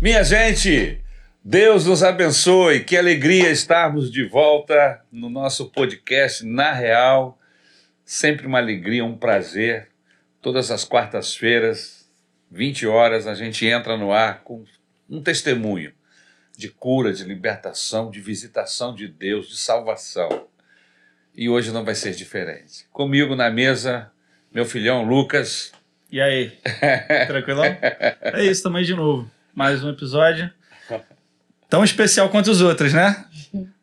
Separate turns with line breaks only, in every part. Minha gente, Deus nos abençoe. Que alegria estarmos de volta no nosso podcast Na Real. Sempre uma alegria, um prazer. Todas as quartas-feiras, 20 horas, a gente entra no ar com um testemunho de cura, de libertação, de visitação de Deus, de salvação. E hoje não vai ser diferente. Comigo na mesa, meu filhão Lucas.
E aí? Tranquilão? É isso, tamo aí de novo. Mais um episódio. Tão especial quanto os outros, né?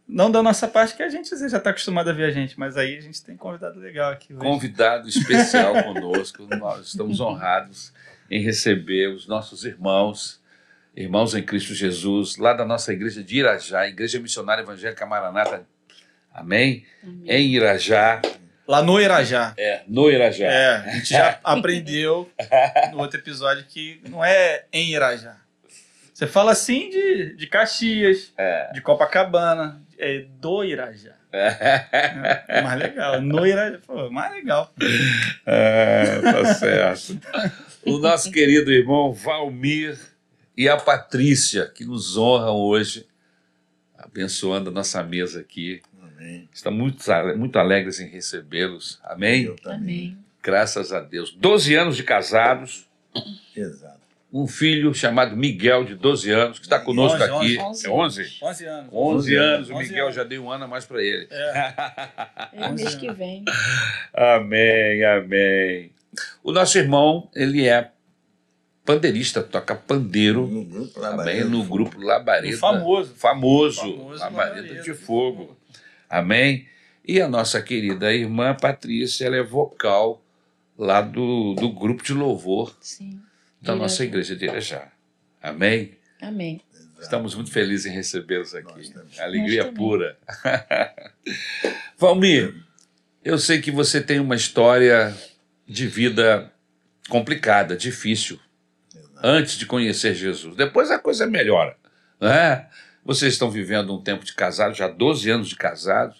Não da nossa parte, que a gente já está acostumado a ver a gente, mas aí a gente tem convidado legal aqui hoje.
Convidado especial conosco. Nós estamos honrados em receber os nossos irmãos, irmãos em Cristo Jesus, lá da nossa igreja de Irajá, Igreja Missionária Evangélica Maranata. Amém? Em Irajá.
Lá no Irajá.
É, no Irajá.
É, a gente já aprendeu no outro episódio que não é em Irajá. Você fala assim de, de Caxias,
É.
de Copacabana, é do Irajá. É mais legal. No Irajá, pô, mais legal.
É, tá certo. O nosso querido irmão Valmir e a Patrícia, que nos honram hoje, abençoando a nossa mesa aqui.
Amém.
Estamos muito, ale- muito alegres em recebê-los. Amém?
Eu também.
Amém.
Graças a Deus. 12 anos de casados,
Exato.
um filho chamado Miguel, de 12 anos, que está conosco
11,
aqui.
11.
É 11?
11 anos.
11 anos, o
11
Miguel
anos.
já deu um ano a mais para ele.
É.
É mês
ah,
que vem.
Amém, amém. O nosso irmão, ele é pandeirista, toca pandeiro
No grupo lá
também
Bahia.
Tá no grupo Labareda.
O famoso.
Famoso,
Famoso
Labareda,
Labareda
de Fogo. Amém? E a nossa querida irmã Patrícia, ela é vocal lá do, do grupo de louvor
Sim.
da
Irajá.
nossa igreja de Irajá. Amém?
Amém.
Exato.
Estamos muito felizes em recebê-los aqui.
Nós também.
Alegria
Nós também.
pura. Valmir, eu sei que você tem uma história de vida complicada, difícil,
Exato.
antes de conhecer Jesus. Depois a coisa melhora. Né? Vocês estão vivendo um tempo de casado, já 12 anos de casado.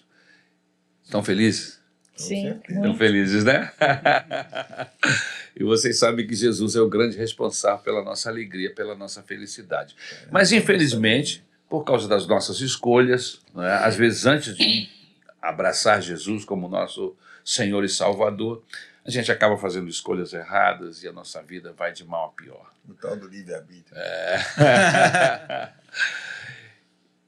Estão felizes?
Com
Sim.
certeza.
Estão
muito.
felizes, né? e vocês sabem que Jesus é o grande responsável pela nossa alegria, pela nossa felicidade. Mas
É,
infelizmente, por causa das nossas escolhas, né, às vezes antes de abraçar Jesus como nosso Senhor e Salvador, a gente acaba fazendo escolhas erradas e a nossa vida vai de mal a pior.
O tal do livre-arbítrio.
É,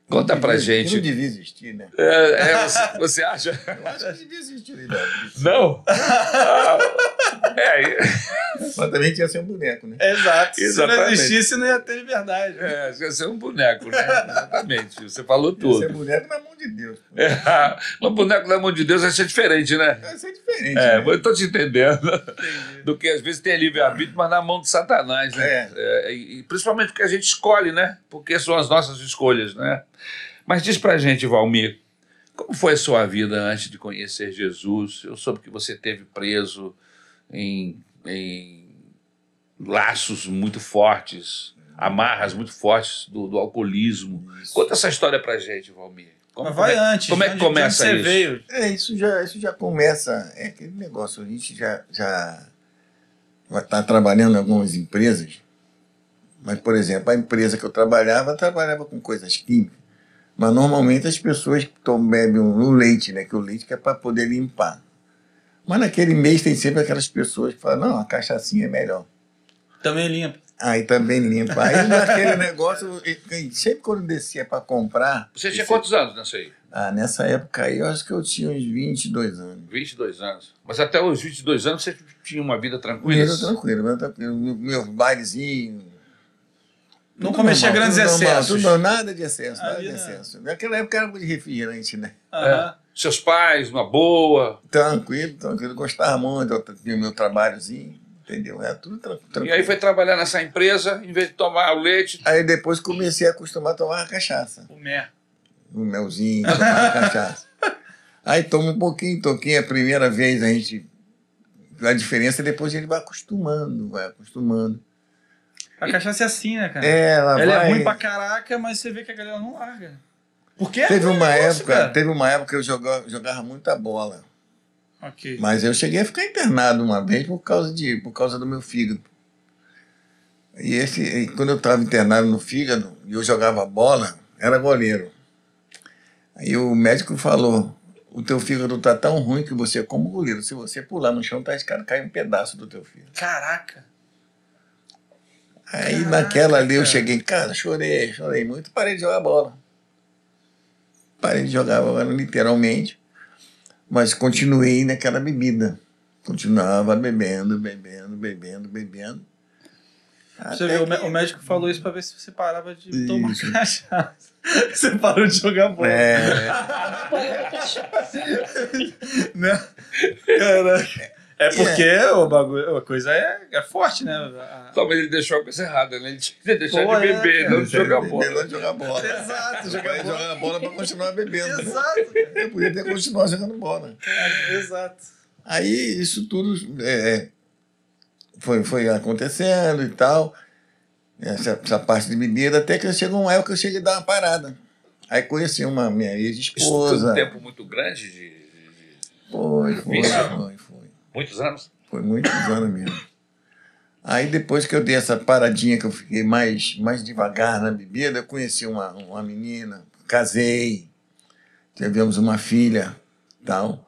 Conta pra
Não devia- Não
gente.
devia existir, né?
É, é, você- você acha?
Eu acho que devia existir o livre-arbítrio.
Não? É,
Mas também tinha que ser um boneco, né?
Exato. Se não
Exatamente.
existisse, não ia ter liberdade.
é, você é um boneco, né? Exatamente. Você falou
Tudo. Ser
tudo.
boneco na mão de Deus.
É, mas boneco na mão de Deus vai ser diferente, né?
Vai ser diferente.
É,
né?
eu tô te entendendo.
Entendi.
do que às vezes tem livre-arbítrio, mas na mão de Satanás, né?
É.
É, e, e principalmente porque a gente escolhe, né? Porque são as nossas escolhas, né? Mas diz pra gente, Valmir, como foi a sua vida antes de conhecer Jesus? Eu soube que você teve preso em, em laços muito fortes, amarras muito fortes do, do alcoolismo.
Isso.
Conta essa história pra gente, Valmir. Como,
Mas vai
como é-
antes. né?
como é que
de onde- de onde
começa
você
isso?
veio?
É, isso já, isso já começa. É aquele negócio, a gente já já está trabalhando em algumas empresas, mas, por exemplo, a empresa que eu trabalhava, eu trabalhava com coisas químicas. Mas normalmente as pessoas tomam, bebem um leite, né? Que o leite que é para poder limpar. Mas naquele mês tem sempre aquelas pessoas que falam, não, a cachaçinha é melhor.
Também limpo.
Aí também limpa. Aí naquele negócio, e- e sempre quando descia para comprar.
Você tinha quantos anos nessa aí?
Ah, nessa época aí eu acho que eu tinha uns 22 anos.
22 anos. Mas até os 22 anos você tinha uma vida tranquila?
Tranquilo, tranquilo. mas tranquilo. Meu- Meus bailezinhos.
Não
tudo
cometia
normal,
grandes
tudo normal,
excessos. é.
tudo- nada de excesso, nada
Ali
de
não.
excesso. Naquela época era muito de refrigerante, né?
É.
Aham.
Seus pais, uma boa,
Tranquilo, tranquilo. Gostava muito, eu tinha meu trabalhozinho, entendeu? Era tudo tran- tranquilo.
E aí foi trabalhar nessa empresa, em vez de tomar o leite.
Aí depois comecei a acostumar a tomar cachaça.
O mer.
O melzinho, tomar cachaça. Aí toma um pouquinho, toquinho. A primeira vez a gente. A diferença é depois ele vai acostumando, vai acostumando.
A cachaça é assim, né, cara?
É, ela,
Ela
vai...
é ruim pra caraca, mas você vê que a galera não larga. Por quê?
Teve uma
negócio,
época,
cara.
teve uma época que eu jogava, jogava muita bola,
Ok.
mas eu cheguei a ficar internado uma vez por causa de, por causa do meu fígado. E esse, e quando eu estava internado no fígado e eu jogava bola, era goleiro. Aí o médico falou: o teu fígado tá tão ruim que você, como goleiro, se você pular no chão, tá escada, cai um pedaço do teu fígado.
Caraca!
Aí naquela ali eu cheguei em casa, chorei, chorei muito, parei de jogar bola. Parei de jogar bola, literalmente, mas continuei naquela bebida. Continuava bebendo, bebendo, bebendo, bebendo.
Você
Até
viu, o
Ah, que-
mé- o médico falou isso pra ver se você parava de tomar
Isso.
cachaça. Você parou de jogar bola.
É,
né? Caraca. É porque o bagulho, a coisa é, é forte, né? A-
Talvez ele deixou a coisa errada, né? Ele tinha que deixar
Pô,
de
é,
beber,
cara.
não de jogar
bebendo,
bola.
não jogar bola.
Exato, jogar
Parei de
bola.
jogar bola pra continuar bebendo. né?
Exato,
Eu podia ter continuado jogando bola.
cara, exato.
Aí isso tudo é, é, foi, foi acontecendo e tal, essa, essa parte de bebida, até que chegou uma época que eu cheguei a dar uma parada. Aí conheci uma minha
Isso tudo
ex-esposa.
um tempo muito grande, de, de- de-
Foi, foi,
Isso.
foi, foi.
muitos anos.
Foi muitos anos mesmo. Aí depois que eu dei essa paradinha que eu fiquei mais, mais devagar na bebida, eu conheci uma, uma menina, casei, tivemos uma filha tal.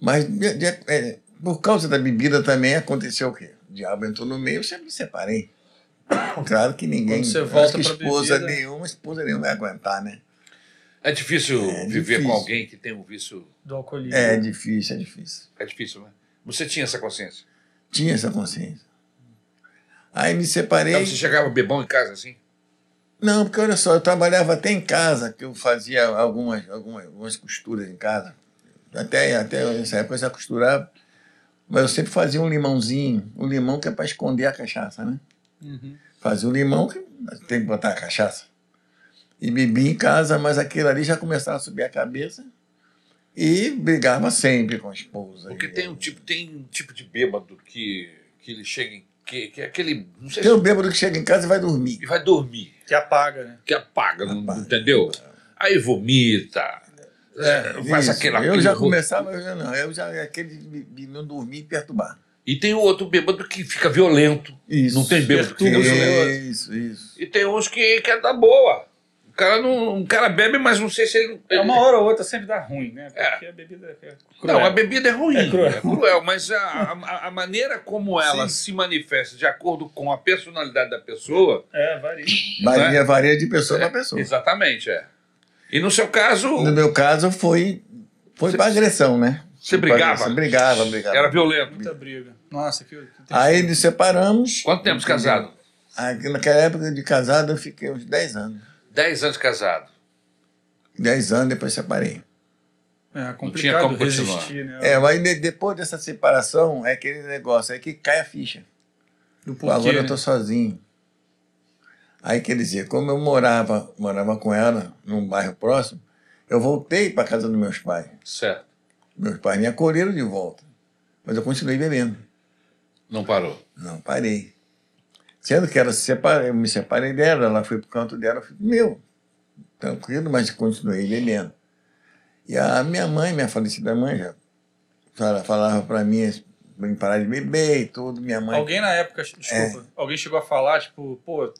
Mas de- de- é, por causa da bebida também aconteceu o quê? O diabo entrou no meio, eu sempre me separei. Claro que ninguém.
Quando você
acho
volta
que
pra
esposa
bebida-
nenhuma, esposa nenhuma vai aguentar, né?
É difícil
É
viver
difícil.
com alguém que tem um vício.
Do alcoolismo.
É difícil, é difícil.
É difícil, né? Você tinha essa consciência?
Tinha essa consciência. Aí me
Então
separei.
você chegava bebão em casa assim?
Não, porque olha só, eu trabalhava até em casa, que eu fazia algumas, algumas, algumas costuras em casa. Até, até nessa época eu já costurava. Mas eu sempre fazia um limãozinho. O limão que é para esconder a cachaça, né?
Uhum.
Fazia o limão que tem que botar a cachaça. E bebia em casa, mas aquilo ali já começava a subir a cabeça. E brigava sempre com a esposa.
Porque
E-
tem um tipo, tem um tipo de bêbado que, que ele chega em. Que, que é aquele. Não sei
Tem um
se.
bêbado que chega em casa e vai dormir.
E vai dormir.
Que apaga, né?
que apaga, não-
Apaga.
entendeu? Aí vomita, é, faz
Isso.
aquela
eu já
aquele-
começava, eu já não, eu já aquele de, de não dormir e perturbar.
E tem o outro bêbado que fica violento.
Isso.
Não tem bêbado que fica
Perturba o
violento.
Isso, isso.
E tem uns que quer dar boa. O cara, não, um cara bebe, mas não sei se ele.
É uma hora ou outra sempre dá ruim, né?
É.
Porque a bebida é cruel.
Não, a bebida é ruim, é
É
cruel,
cruel.
mas a, a, a maneira como ela se manifesta de acordo com a personalidade da pessoa. é,
É, varia.
Né?
Varia, varia de pessoa para pessoa.
Exatamente, é. E no seu caso,
No meu caso, foi, foi para agressão, né?
você
Foi pra
brigava?
agressão. Brigava, brigava.
era violento.
Muita briga. Nossa, que... que triste.
Aí nos separamos.
Quanto tempo de casado?
Aí, naquela época de casado, eu fiquei uns 10 anos.
Dez anos casado.
10 anos, depois separei.
É
tinha
complicado
como continuar.
resistir, né?
É, mas de- depois dessa separação, é aquele negócio, é que cai a ficha.
Do porquê,
Pô, agora eu
né?
tô sozinho. Aí quer dizer, como eu morava, morava com ela num bairro próximo, eu voltei para casa dos meus pais.
Certo.
Meus pais me acolheram de volta. Mas eu continuei bebendo.
Não parou.
Não parei. Sendo que ela se separa, eu me separei dela, ela foi pro canto dela, eu fui pro meu. Tranquilo, mas continuei bebendo. E a minha mãe, minha falecida mãe, já, ela falava para mim pra me parar de beber e tudo. Minha mãe. É.
Alguém na época, desculpa, alguém chegou a falar, tipo, pô,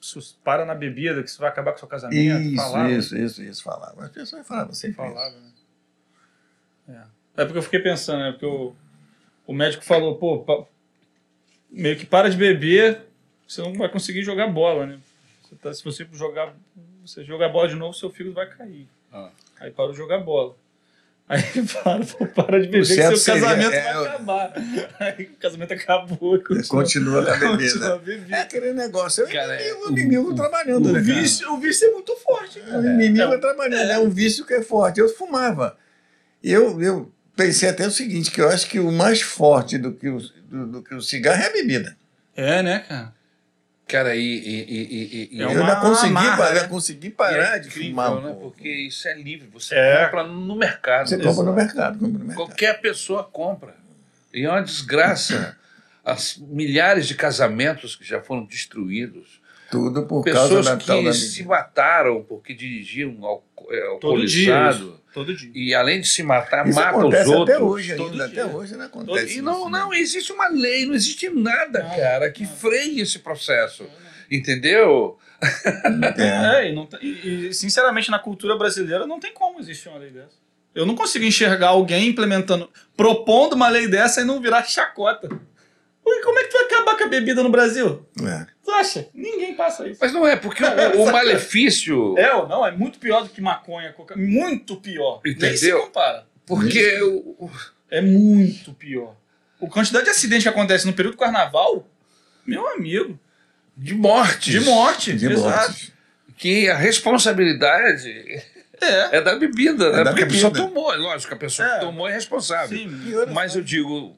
isso para na bebida que isso vai acabar com seu casamento. né?
Isso,
falava,
isso, isso, isso, falava. As pessoas falavam sempre.
falava, né? É. é porque eu fiquei pensando, né? Porque o, o médico falou, pô, pa- meio que para de beber, você não vai conseguir jogar bola, né? Você tá- se você jogar, você jogar bola de novo, seu fígado vai cair.
Ah.
Aí para de jogar bola. Aí para, pô, para de beber, que
certo
seu
seria-
casamento
é,
vai
eu-
acabar. Aí o casamento acabou. e
isso.
Continua,
Continua na
continua
bebida.
a beber.
É aquele negócio, é o
Cara,
inimigo,
é-
o inimigo trabalhando, né?
O
cara?
vício, o vício é muito forte,
É,
cara.
O inimigo
É.
é trabalhando, é um vício que é forte. Eu fumava. E Eu, eu pensei até o seguinte, que eu acho que o mais forte do que o, do, do que o cigarro é a bebida.
É, né, cara?
Cara, e, e, e, e- e-
É
eu
uma
ainda consegui,
amarra,
parar,
né?
já consegui
e
parar
é
de
incrível,
fumar. um
né?
pouco.
Porque isso é livre. Você
É.
compra no mercado.
Você compra no mercado, compra no mercado.
Qualquer pessoa compra. E é uma desgraça. As milhares de casamentos que já foram destruídos.
Tudo por
Pessoas
causa da tal da
que se mataram porque dirigiam alco- é, alcoolizado.
Todo dia.
E além de se matar,
Isso
mata os
acontece
outros.
até hoje
todo
ainda,
dia.
até hoje não
Todo-
acontece.
E não,
isso, né?
não existe uma lei, não existe nada,
Não,
cara, que
não. né?
freie esse processo. Entendeu?
É.
É, e, não tem- e- e, sinceramente, na cultura brasileira não tem como existir uma lei dessa. Eu não consigo enxergar alguém implementando, propondo uma lei dessa e não virar chacota. Ui, como é que tu vai acabar com a bebida no Brasil?
É.
Tu acha? Ninguém passa isso.
Mas não é, porque o, o malefício.
É ou não? É muito pior do que maconha, coca... Muito pior. Nem se
Entendeu?
compara.
Porque o- o-
É muito pior. A quantidade de acidentes que acontece no período do carnaval, meu amigo,
de morte.
de morte.
De
exato.
morte.
Que a responsabilidade
É.
é da bebida, né?
É da
porque a pessoa
bebida.
tomou, é lógico, a pessoa
É.
que tomou é responsável.
Sim,
Mas eu digo,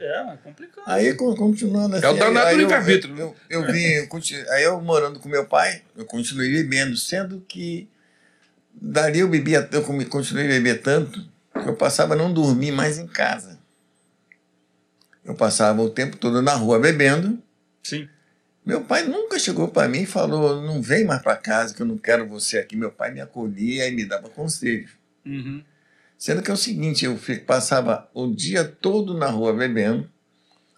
é, é complicado.
Aí co- continuando assim.
É o danado
aí- aí
do
eu-
livre-arbítrio, né?
Eu, eu, eu vi, eu continu- aí eu morando com meu pai, eu continuei bebendo, sendo que dali eu bebia, eu comi- continuei a beber tanto que eu passava a não dormir mais em casa. Eu passava o tempo todo na rua bebendo.
Sim.
Meu pai nunca chegou para mim e falou: não vem mais para casa, que eu não quero você aqui. Meu pai me acolhia e me dava conselhos.
Uhum.
Sendo que é o seguinte, eu fi- passava o dia todo na rua bebendo.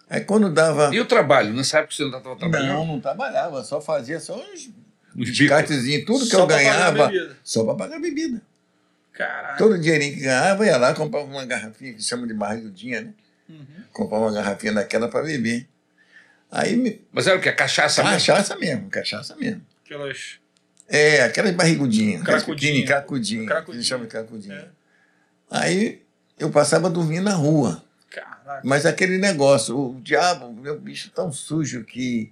Aí quando dava.
e o trabalho? Não sabe que você não tá estava trabalhando?
Não, não trabalhava, só fazia só uns
Os bicos.
cartezinhos, tudo que
Só
eu
pra pagar a
ganhava.
bebida.
Só para pagar bebida.
Caralho.
Todo o dinheirinho que ganhava, ia lá, comprava uma garrafinha, que chama de barrigudinha, né?
Uhum.
Comprava uma garrafinha daquela para beber. Aí me.
Mas era o que? A cachaça mesmo?
Cachaça mesmo, cachaça mesmo.
Aquelas.
É, aquelas barrigudinhas. aquelas
Cracudinha.
pequenininhas, Cracudinha.
Cracudinha.
Cracudinha. chama de cracudinha.
É.
Aí eu passava a dormir na rua.
Caraca.
Mas aquele negócio, o diabo, meu bicho tão sujo que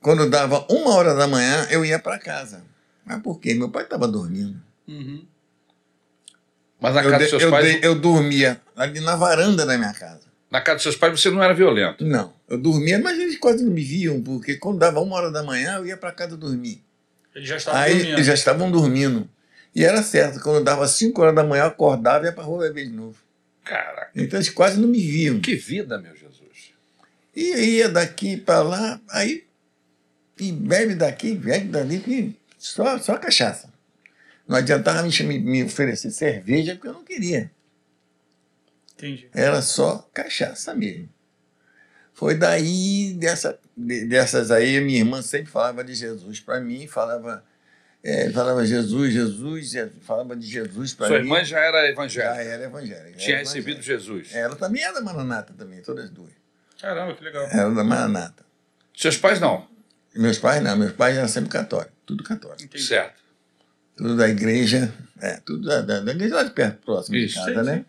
quando dava uma hora da manhã eu ia para casa. Mas por quê? Meu pai estava dormindo.
Uhum.
Mas na
Eu,
casa
de-
dos seus
eu
pais.
de- eu dormia ali na varanda da minha casa.
Na casa dos seus pais você não era violento.
Não, eu dormia, mas eles quase não me viam, porque quando dava uma hora da manhã eu ia para casa dormir.
Ele já estava
Aí
dormindo.
eles já estavam dormindo. E era certo, quando dava cinco horas da manhã eu acordava e ia para rua beber de novo.
Caraca,
Então eles quase não me viam.
que vida, meu Jesus.
E ia daqui para lá, aí e bebe daqui, bebe dali, que só, só cachaça. Não adiantava me, cham- me oferecer cerveja porque eu não queria.
Entendi.
Era só cachaça mesmo. Foi daí, dessa, de- dessas aí, minha irmã sempre falava de Jesus para mim, falava, eh, falava Jesus, Jesus, Jesus, falava de Jesus para
Sua
mim.
irmã já era
já
evangélica.
era evangélica.
Tinha
era
recebido
evangélica. É.
Jesus.
Ela também era maranata também, todas duas.
Caramba, que legal.
Era da maranata.
Seus pais não.
Meus pais não, meus pais eram sempre católicos, tudo católico.
Entendi.
Certo.
Tudo da igreja, é, tudo da, da, da igreja lá de perto, próximo
Isso,
de casa,
sim,
né?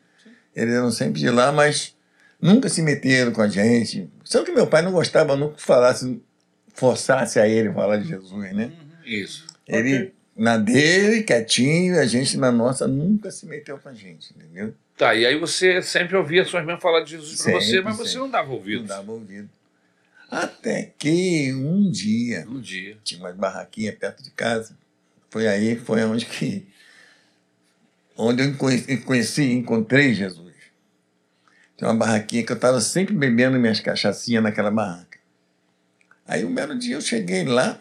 Eles eram sempre de lá, mas nunca se meteram com a gente. Só que meu pai não gostava nunca que falasse, forçasse a ele falar de Jesus, né?
Hum,
Isso.
Ele, na dele, quietinho, a gente na nossa nunca se meteu com a gente, entendeu?
Tá, e aí você sempre ouvia sua irmã falar de Jesus pra
Sempre,
você, mas você
sempre.
não dava
Não
ouvido.
dava ouvido. Até que um dia,
Um dia.
tinha umas barraquinhas perto de casa. Foi aí, foi onde que onde eu conheci, conheci encontrei Jesus. Tinha uma barraquinha que eu estava sempre bebendo minhas cachaçinhas naquela barraca. Aí um belo dia eu cheguei lá,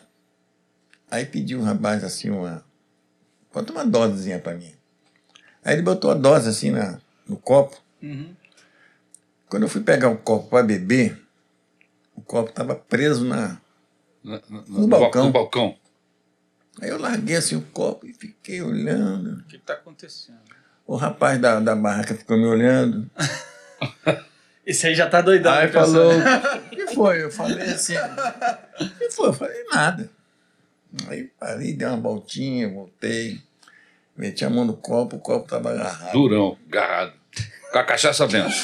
aí pedi um rapaz assim uma bota uma dosezinha para mim. Aí ele botou a dose assim na, no copo.
Uhum.
Quando eu fui pegar o copo para beber, o copo estava preso na,
na- na- No,
balcão.
ba- no balcão.
Aí eu larguei assim o copo e fiquei olhando.
O que está acontecendo?
O rapaz da, da barraca ficou me olhando.
Esse aí já tá doidão. né,
aí
pessoal?
falou: O que foi? Eu falei assim: O que foi? Eu falei: Nada. Aí parei, dei uma voltinha, voltei, meti a mão no copo, o copo estava agarrado.
Durão, garrado. Com a cachaça dentro.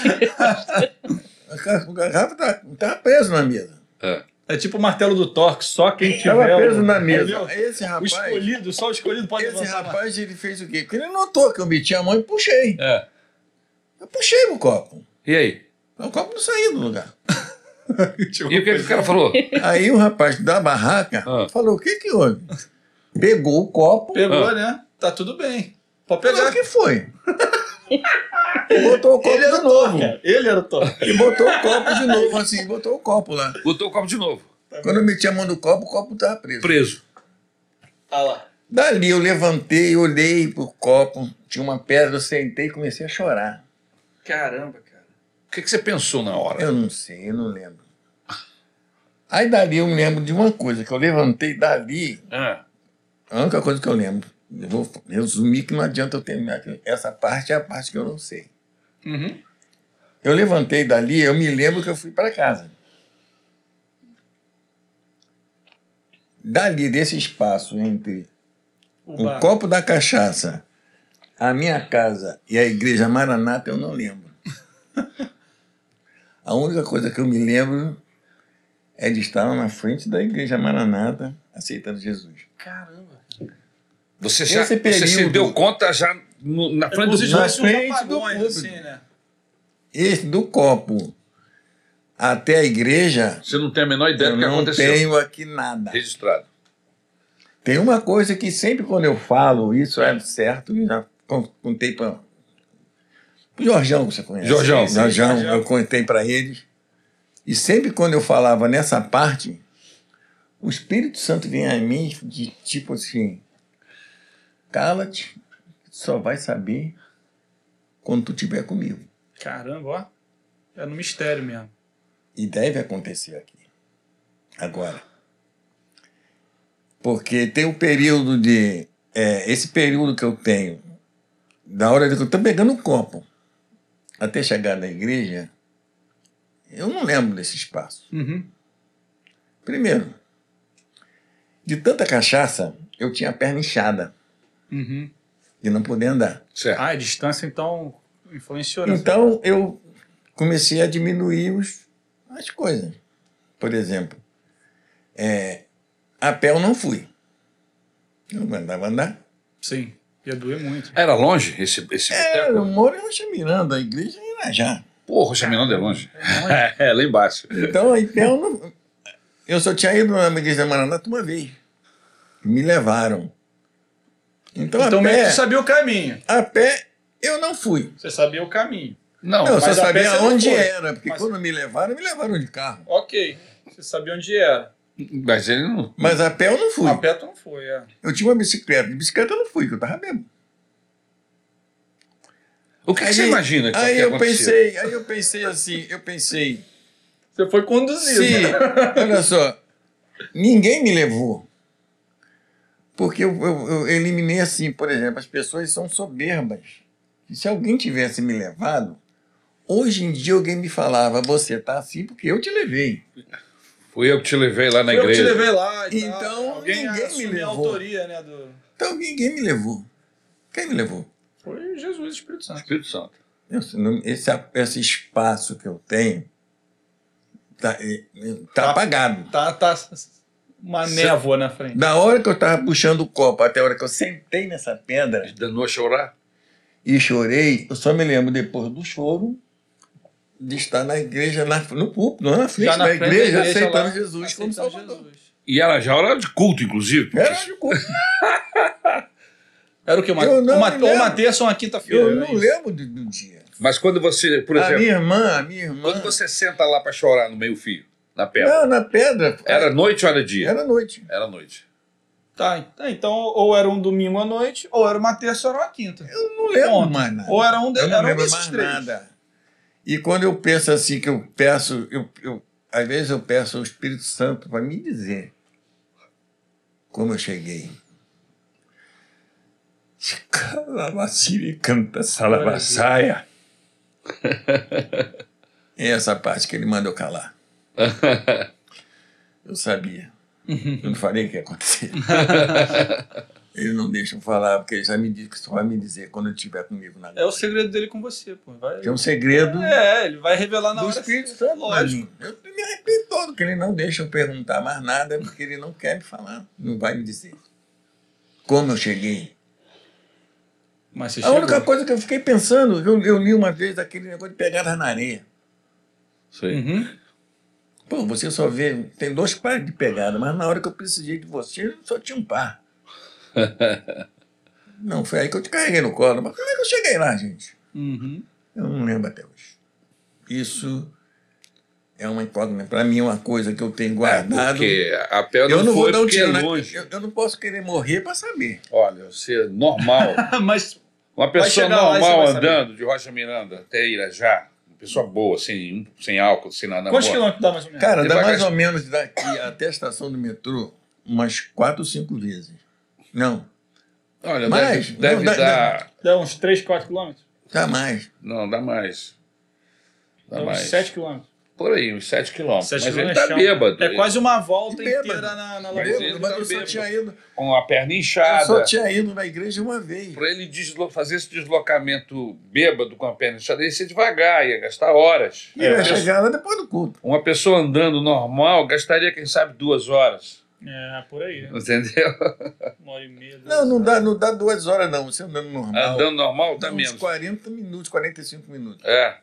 A ca- O garrafa estava preso na mesa.
É.
É tipo o martelo do Thor, só quem tiver.
Estava preso
o-
na
Entendeu?
mesa. Esse
O
rapaz,
escolhido, só o escolhido pode
esse
avançar.
rapaz ele fez o quê? Porque ele notou que eu meti a mão e puxei.
É.
Eu puxei o copo.
E aí?
O copo não saiu do lugar.
E o que, que o cara falou?
Aí o rapaz da barraca
Ah.
falou: o que que houve? Pegou o copo.
Pegou,
Ah.
né? Tá tudo bem. Pode
Pegou
pegar.
o que foi? botou o copo
É, Ele era
de
o Thor,
novo.
cara. Ele era o Thor.
E botou o copo de novo, assim, botou o copo lá.
Botou o copo de novo.
Quando eu meti a mão no copo, o copo estava preso.
Preso.
Ah lá.
Dali eu levantei, olhei pro copo, tinha uma pedra, eu sentei e comecei a chorar.
Caramba, cara.
O que, que você pensou na hora?
Eu não sei, eu não lembro. Aí dali eu me lembro de uma coisa, que eu levantei dali,
Ah,
a única coisa que eu lembro, eu vou resumir que não adianta eu terminar, que essa parte é a parte que eu não sei.
Uhum.
Eu levantei dali, eu me lembro que eu fui para casa. Dali, desse espaço entre
O
o
bar.
copo da cachaça, a minha casa e a igreja Maranata, eu não lembro. a única coisa que eu me lembro é de estar na frente da igreja Maranata aceitando Jesus.
Caramba.
você já
Esse período-
você se deu conta já no- na frente
É Como se
do
já-
tivesse uns
frente do
apagões,
público.
assim, né?
Esse do copo até a igreja,
Você não tem a menor ideia
eu
do que
não
aconteceu.
tenho aqui nada.
Registrado.
Tem uma coisa que sempre quando eu falo isso é certo, eu já con- contei para o Jorjão, que você conhece.
Jorjão.
Sim, sim, Jorjão,
Jorjão.
eu contei para eles. E sempre quando eu falava nessa parte, o Espírito Santo vinha a mim de tipo assim: cala-te, só vai saber quando tu estiver comigo.
Caramba, ó. É no mistério mesmo.
E deve acontecer aqui. Agora. Porque tem um período de. é, esse período que eu tenho, da hora de que eu estou pegando o copo, até chegar na igreja, eu não lembro desse espaço.
Uhum.
Primeiro, de tanta cachaça, eu tinha a perna inchada
Uhum.
de não poder andar.
Certo.
Ah, a distância, então, influenciou nessa.
Então eu comecei a diminuir os- as coisas. Por exemplo, é, a pé eu não fui. Eu não mandava andar.
Sim. Ia doer muito.
Era longe esse, esse
É,
boteco?
eu moro em Rocha Miranda, a igreja é em Irajá.
Porra, o Chaminão é longe. É, lá embaixo.
Então a pé eu não. Eu só tinha ido na igreja Maranata uma vez. Me levaram. Então,
Então,
a,
meio que
pé,
tu sabia o caminho.
a pé eu não fui.
Você sabia o caminho.
Não,
Não, eu só
mas a pé
sabia
você não
onde
foi.
era, porque
Mas-
quando me levaram, me levaram de carro.
Ok. Você sabia onde era.
mas ele não.
Mas a pé eu não fui.
A pé tu não foi, é.
Eu tinha uma bicicleta. De bicicleta eu não fui, que eu tava bêbado.
O que, que você imagina que
aí
É, que
eu
aconteceu?
pensei, aí eu pensei assim, eu pensei,
Você foi conduzido.
se, olha só, ninguém me levou. Porque eu, eu- eu eliminei assim, por exemplo, as pessoas são soberbas. E se alguém tivesse me levado, hoje em dia alguém me falava, você tá assim porque eu te levei.
Fui eu que te levei lá na
eu que te
igreja.
levei lá e
Então,
tal. Alguém
ninguém me
assumiu
levou.
a autoria, né, do...
Então ninguém me levou. Quem me levou?
Foi Jesus, Espírito Santo.
Espírito Santo.
Esse, não- esse, esse espaço que eu tenho tá, eh, eh, tá
Tá-
apagado.
Tá, tá uma
Cê-
névoa na frente.
Da hora que eu tava puxando o copo até a hora que eu sentei nessa pedra
Danou a chorar?
e chorei, eu só me lembro depois do choro de estar na igreja, na- no púlpito, não é? na frente
Já na
da
frente da
igreja,
igreja
aceitando
lá,
Jesus como
Aceitando
Salvador.
Jesus.
E ela já era de culto, inclusive. porque
Era de culto.
Era o que? Uma,
Eu não
uma,
me lembro.
uma terça ou uma quinta-feira?
Eu
era
não
isso?
lembro de- do dia.
Mas quando você, por
a
exemplo,
minha irmã, a minha irmã.
quando você senta lá pra chorar no meio-fio, na pedra,
Não, É. na pedra.
era noite ou era dia?
Era noite.
Era noite.
Tá, tá, então ou era um domingo à noite, ou era uma terça ou era uma quinta.
Eu não lembro
Ontem.
mais nada.
Ou era um, de,
Eu não
era um
lembro
desses
mais
três.
nada. E quando eu penso assim, que eu peço, eu, eu- às vezes eu peço ao Espírito Santo para me dizer como eu cheguei. Calabaciri canta salabassaia. É essa parte que ele mandou calar. Eu sabia. Eu não falei o que ia acontecer. Ele não deixa eu falar, porque ele já me disse que só vai me dizer quando ele estiver comigo na
É o segredo dele com você, pô. Vai...
que é um segredo
É, ele vai revelar na
do
hora.
Espírito Santo.
Lógico.
Lógico. Eu me arrependo todo, que ele não deixa eu perguntar mais nada, porque ele não quer me falar, não vai me dizer. Como eu cheguei.
Mas você
A única
chegou.
coisa que eu fiquei pensando, eu, eu li uma vez aquele negócio de pegadas na areia.
Sei.
Uhum.
Pô, você só vê, tem dois pares de pegada, mas na hora que eu precisei de você, só tinha um par. Não, foi aí que eu te carreguei no colo. Mas como é que eu cheguei lá, gente?
Uhum.
Eu não lembro até hoje. Isso é uma incógnita. Para mim, é uma coisa que eu tenho guardado.
Hum. Porque a pé
eu não vou
foi
dar um
porque é
tiro. na-
longe.
Eu, eu não posso querer morrer para saber.
Olha, você é normal.
Mas
Uma pessoa
chegar lá e você
normal
vai saber.
andando de Rocha Miranda até Irajá, uma pessoa boa, sem, sem álcool, sem nada na
quantos
boa.
quilômetros dá mais ou menos?
Cara, dá
Devagar.
mais ou menos daqui até a estação do metrô umas quatro ou cinco vezes. Não,
Olha,
Mais?
deve,
Não,
deve
dá-
dar.
Dá uns 3, 4 quilômetros?
tá mais.
Não, dá mais. Dá
Dá uns
mais.
7 quilômetros.
Por aí, uns 7 quilômetros.
Sete
Mas ele tá
quilômetros é chão.
bêbado.
É quase uma volta
Bêbado.
inteira na, na
Mas
Bêbado,
lagoa.
ele
mas
tá
eu só
bêbado.
tinha ido.
Com a perna
Eu só
inchada.
tinha ido na igreja uma vez.
Para ele deslo- fazer esse deslocamento bêbado com a perna inchada, ia ser devagar, ia gastar horas.
E eu ia
Uma pessoa-
chegar lá depois do culto.
Uma pessoa andando normal gastaria, quem sabe, duas horas.
É, por aí. né?
Entendeu?
Uma hora e meia. duas
Não, não
horas.
dá, não dá duas horas, não. Você andando normal.
Andando normal, Ah, dá
uns
menos.
40 minutos, 45 minutos.
É.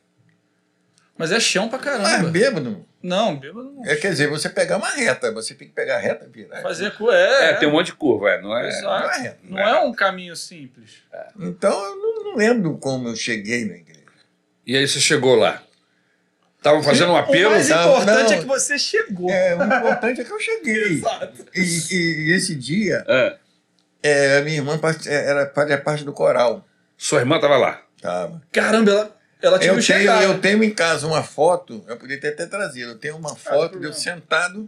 Mas é chão pra
Mas
caramba.
bêbado.
Não, bêbado não.
É, quer dizer, você pegar uma reta, você tem que pegar a reta e virar.
Fazer cu é.
É, tem um monte de curva, é, não é?
Não
Exato.
é reta.
Não é um caminho simples.
Então eu não, não lembro como eu cheguei na igreja.
E aí você chegou lá. Estavam fazendo um
O
apelo.
mais
Não,
importante
não.
é que você chegou.
É, o importante é que eu cheguei.
Exato.
E, e- e esse dia,
É.
é, a minha irmã parte- era, fazia parte do coral.
Sua irmã estava lá.
Tava.
Caramba, ela, ela te
Eu
viu
tenho,
chegar.
eu tenho em casa uma foto, eu podia ter até trazido, eu tenho
Ah,
uma foto de eu
problema.
sentado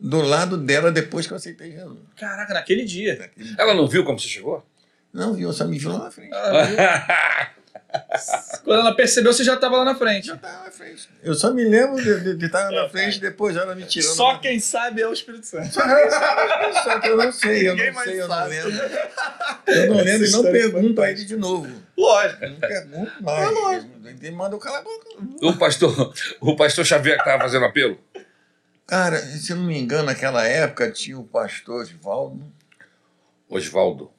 do lado dela depois que eu aceitei Jesus.
Caraca, naquele dia.
Ela não viu como você chegou?
Não viu, só me viu lá na frente.
Ela
Ah,
viu. Quando ela percebeu, você já estava lá na frente.
Eu tava na frente. Eu só me lembro de, de, de estar na frente e depois ela me tirando.
Só quem sabe é o Espírito Santo.
Só quem sabe, só que eu não sei, eu
Ninguém
não
mais
sei, eu não
sabe.
lembro. Eu não
Essa
lembro e não
história é
pergunto a ele de novo.
Lógico.
Eu Não pergunto mais. Ele manda eu calar a boca.
O pastor, o pastor Xavier que estava fazendo apelo.
Cara, se eu não me engano, naquela época tinha o pastor Osvaldo.
Osvaldo,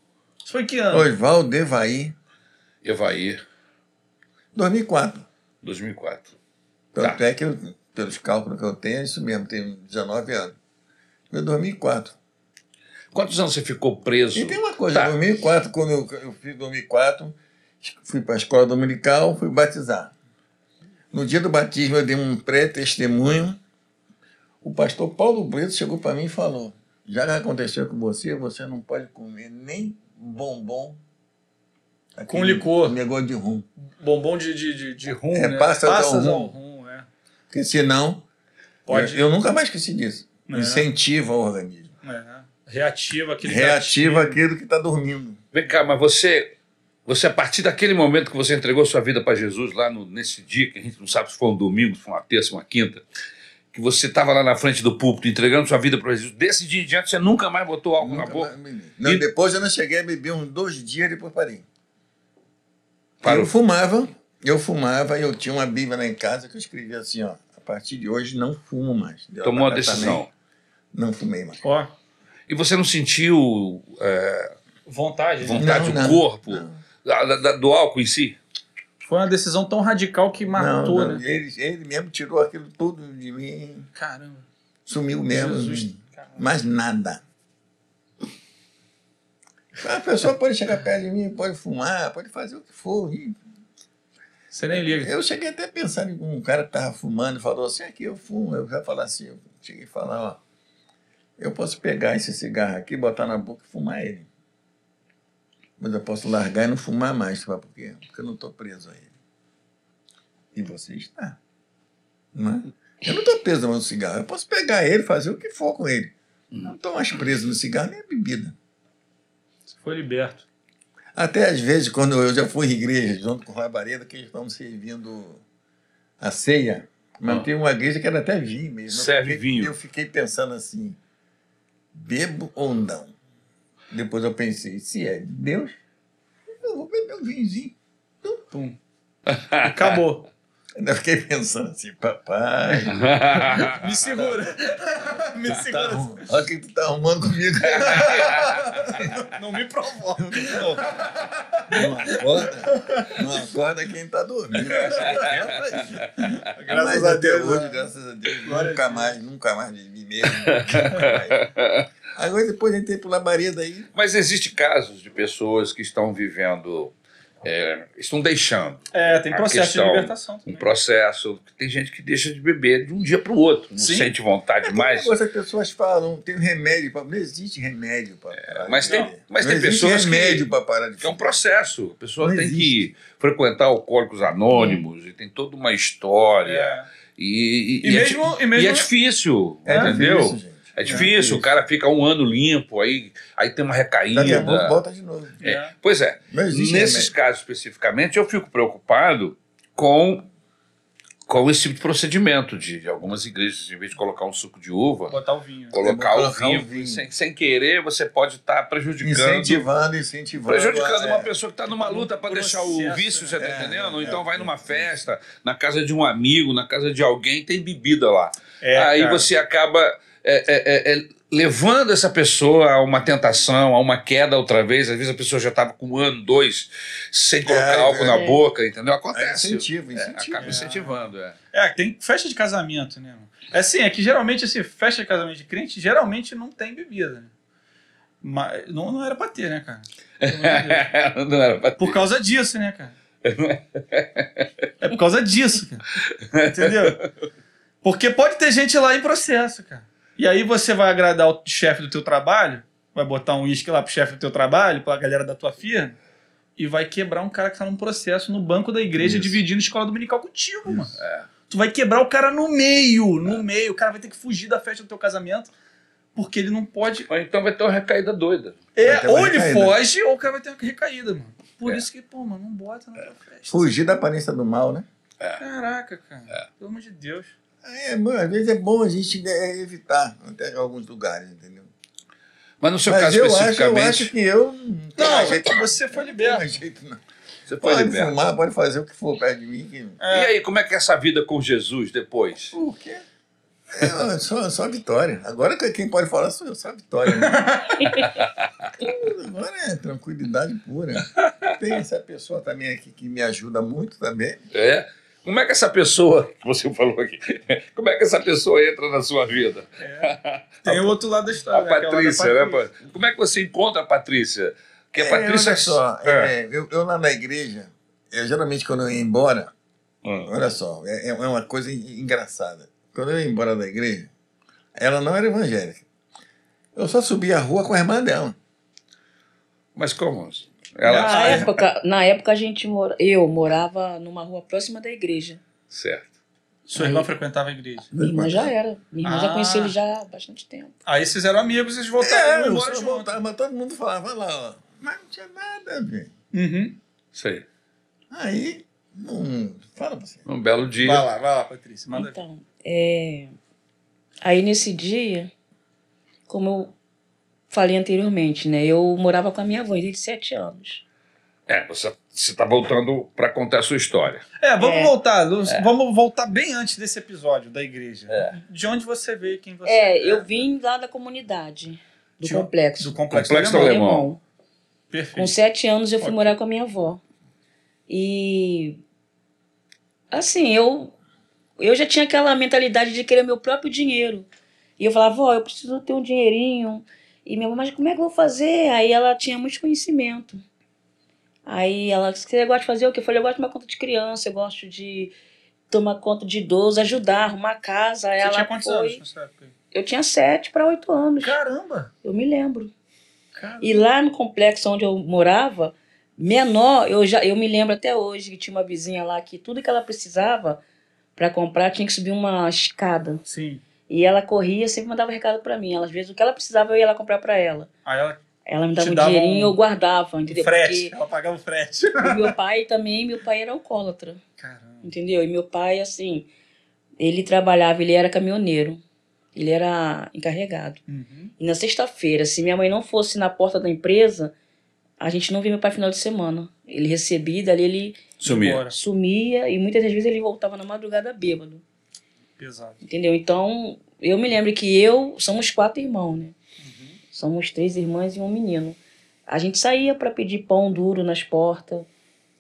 Isso foi em que ano?
Osvaldo Evaí,
Evaí,
2004.
2004.
Tanto é que, eu, pelos cálculos que eu tenho, é isso mesmo, tenho 19 anos. Foi 2004.
Quantos anos você ficou preso?
E tem uma coisa,
Tá.
2004, quando eu, eu fiz 2004, fui para a escola dominical, fui batizar. No dia do batismo, eu dei um pré-testemunho. O pastor Paulo Brito chegou para mim e falou: Já que aconteceu com você, você não pode comer nem bombom.
Com licor.
Negócio de rum.
Bombom de, de, de, de rum,
É,
né?
passas ao rum.
ao rum, é.
Porque senão.
Pode-
Eu, eu nunca mais esqueci disso.
É.
Incentiva o organismo.
É. Reativa aquele
Reativa
gatilho.
aquilo que está dormindo.
Vem cá, mas você, você a partir daquele momento que você entregou sua vida para Jesus lá no- nesse dia que a gente não sabe se foi um domingo, se foi uma terça, uma quinta, que você estava lá na frente do púlpito entregando sua vida para Jesus. Desse dia em diante você nunca mais botou álcool na
Nunca
boca.
mais bebi. Não,
E-
Depois eu não cheguei a beber uns dois dias, depois parei.
Parou.
Eu fumava, eu fumava, eu tinha uma bíblia lá em casa que eu escrevia assim, ó. A partir de hoje não fumo mais. Deu
Tomou uma
apartamento,
decisão.
Não fumei mais.
Ó,
E você não sentiu é,
vontade. né?
vontade
Não,
do
não,
corpo,
não.
da- da- do álcool em si?
Foi uma decisão tão radical que matou,
não, não.
né?
Ele, ele mesmo tirou aquilo tudo de mim,
Caramba.
sumiu mesmo.
Jesus.
hum,
Caramba.
Mais nada. A pessoa pode chegar perto de mim, pode fumar, pode fazer o que for. e
Você nem liga.
Eu cheguei até a pensar em um cara que estava fumando e falou assim, aqui eu fumo, eu já falar assim, eu cheguei a falar, ó, eu posso pegar esse cigarro aqui, botar na boca e fumar ele. Mas eu posso largar e não fumar mais, sabe por quê? Porque eu não estou preso a ele. E você está. Não é? Eu não estou preso no cigarro, eu posso pegar ele, fazer o que for com ele.
Uhum.
Não estou mais preso no cigarro nem a bebida.
Você foi liberto.
Até às vezes, quando eu já fui à igreja, junto com o Labareda, que eles estavam servindo a ceia, mas
Ah.
tem uma igreja que era até vinho mesmo. Eu
Serve
fiquei-
vinho.
Eu fiquei pensando assim, bebo ou não? Depois eu pensei, se é de Deus, eu vou beber um vinhozinho.
Pum. Acabou.
Ainda fiquei pensando assim, papai,
Me segura. Me
tá
segura.
arrum- olha o que tu tá arrumando comigo.
Não me provoca.
Não acorda, não acorda quem tá dormindo. Graças a Deus. Hoje, graças a Deus.
né? Glória
nunca
a Deus.
mais, nunca mais de mim mesmo. nunca mais. Agora depois eu entrei pro labareda aí.
Mas existe casos de pessoas que estão vivendo é, estão deixando.
É, tem
A
processo
questão-
de libertação
Um
também.
processo. Tem gente que deixa de beber de um dia para o outro, não
Sim.
sente vontade mais.
Mas as pessoas falam, tem um remédio para. Não existe remédio para. parar
É, mas
de
tem-
beber.
mas
não
tem
existe
pessoas que-
remédio para parar de
Que é um
fumar.
processo. A pessoa
Não
tem
existe.
que frequentar alcoólicos anônimos e tem toda uma história.
É.
E,
E,
e- e é di-
mesmo, e mesmo.
e é difícil,
É
entendeu?
difícil, gente.
É
É
difícil,
difícil.
o cara fica um ano limpo, aí, aí tem uma recaída.
Daqui a pouco volta de novo.
É.
É.
Pois é,
Não existe
nesses
remédio.
casos especificamente, eu fico preocupado com, com esse tipo de procedimento de, de algumas igrejas, em vez de colocar um suco de uva,
Botar o vinho.
colocar o
colocar o
vinho,
vinho.
Sem, sem querer, você pode estar prejudicando.
Incentivando, incentivando.
Prejudicando
é.
uma pessoa que está numa luta para
Processo,
deixar o vício, você tá
né? É,
entendendo?
é,
então
é,
vai
é,
numa
é.
festa, na casa de um amigo, na casa de alguém, tem bebida lá.
É,
Aí
cara.
você acaba é, é, é, é, levando essa pessoa a uma tentação, a uma queda outra vez. Às vezes a pessoa já estava com um ano, dois, sem colocar
É,
álcool
é.
na boca, entendeu?
É
Acontece.
incentivo,
É,
incentivo.
acaba incentivando, é.
É, tem festa de casamento, né? mano? É assim, é que geralmente, assim, festa de casamento de crente, geralmente não tem bebida, né? Mas não, não era pra ter, né, cara? Pelo amor de Deus.
É, Não era pra-
É Por causa disso, né, cara? É por causa disso, cara. Entendeu? Porque pode ter gente lá em processo, cara. E aí você vai agradar o chefe do teu trabalho, vai botar um uísque lá pro chefe do teu trabalho, pra galera da tua firma, e vai quebrar um cara que tá num processo no banco da igreja
Isso.
dividindo escola dominical contigo, mano. Tu vai quebrar o cara no meio, no meio. O cara vai ter que fugir da festa do teu casamento, porque ele não pode
Ou então vai ter uma recaída doida.
Vai
é,
ter uma
ou ele
recaída.
foge, ou o cara vai ter uma recaída, mano. Por
É.
isso que, pô, mano, não bota na tua festa.
Fugir da aparência do mal, né?
Caraca, cara. Pelo amor de Deus.
É, mano, às vezes é bom a gente é, evitar, até em alguns lugares, entendeu?
Mas no seu
Mas
caso
eu acho, eu
especificamente, é.
acho que eu não tenho
Não, tipo,
mais jeito,
você foi
não
liberto.
tem mais jeito, não.
você foi
Pode
liberto.
fumar, pode fazer o que for perto de mim. Que...
E aí, como é que é essa vida com Jesus depois?
O quê? É, só, só vitória. Agora que quem pode falar sou eu, só vitória. Né? Agora é tranquilidade pura. Tem essa pessoa também aqui que me ajuda muito também.
É? Como é que essa pessoa que você falou aqui, como é que essa pessoa entra na sua vida?
Tem o outro lado da
Tá,
história.
A
né?
é
Aquela da
Patrícia, né?
Patrícia.
Pa- Como é que você encontra a Patrícia? Porque a
É,
Patrícia
olha só,
É.
é, eu, eu lá na igreja, eu, geralmente quando eu ia embora,
Hum.
olha só, é, é uma coisa en- engraçada. Quando eu ia embora da igreja, ela não era evangélica. Eu só subia a rua com a irmã dela.
Mas como? Ela.
Na época, na época a gente mora, eu morava numa rua próxima da igreja.
É.
Certo.
Sua irmã frequentava a igreja.
Minha irmã já era. Minha irmã
Ah.
já conhecia ele já há bastante tempo.
Aí vocês eram amigos, vocês
É,
voltaram
eu
embora
só
junto.
voltava, mas todo mundo falava lá, ó. Mas não tinha nada, velho.
Uhum.
Sei.
Aí, não. Fala pra você.
Um belo dia.
Vai
Tá.
lá, vai lá, Patrícia. Manda ver.
Então, é, aí nesse dia, como eu falei anteriormente, né? Eu morava com a minha avó desde sete anos.
É, você está voltando para contar a sua história.
É, vamos
É.
voltar. Lu- Vamos voltar bem antes desse episódio da igreja. De onde você veio, quem você
É, eu vim lá da comunidade, do
De-
complexo.
Do complexo,
Complexo
alemão.
do Alemão.
Com
Perfeito.
sete anos eu fui
Ok.
morar com a minha avó. E assim, eu eu já tinha aquela mentalidade de querer meu próprio dinheiro. E eu falava, vó, eu preciso ter um dinheirinho. E minha mãe, mas como é que eu vou fazer? Aí ela tinha muito conhecimento. Aí ela, você gosta de fazer o quê? Eu falei, eu gosto de tomar conta de criança, eu gosto de tomar conta de idoso, ajudar, arrumar casa. Aí
Você
ela
tinha quantos
foi...
anos nessa época?
Eu tinha sete para oito anos,
Caramba!
eu me lembro.
Caramba.
E lá no complexo onde eu morava, menor, eu já eu me lembro até hoje que tinha uma vizinha lá que tudo que ela precisava para comprar tinha que subir uma escada.
Sim.
E ela corria, sempre mandava recado para mim. Ela, às vezes o que ela precisava eu ia lá comprar para ela.
Aí ela
Ela me dava
Te
um
dava
dinheirinho,
um-
eu guardava, entendeu?
frete.
Porque
Ela pagava o frete.
o meu pai também, meu pai era alcoólatra,
Caramba.
entendeu? E meu pai assim, ele trabalhava, ele era caminhoneiro. Ele era encarregado.
Uhum.
E na sexta-feira, se minha mãe não fosse na porta da empresa, a gente não via meu pai final de semana. Ele recebia, dali ele
Sumir.
Embora.
sumia e muitas das vezes ele voltava na madrugada bêbado,
Pesado.
entendeu? Então, eu me lembro que eu, somos quatro irmãos, né? Somos três irmãs e um menino. A gente saía para pedir pão duro nas portas,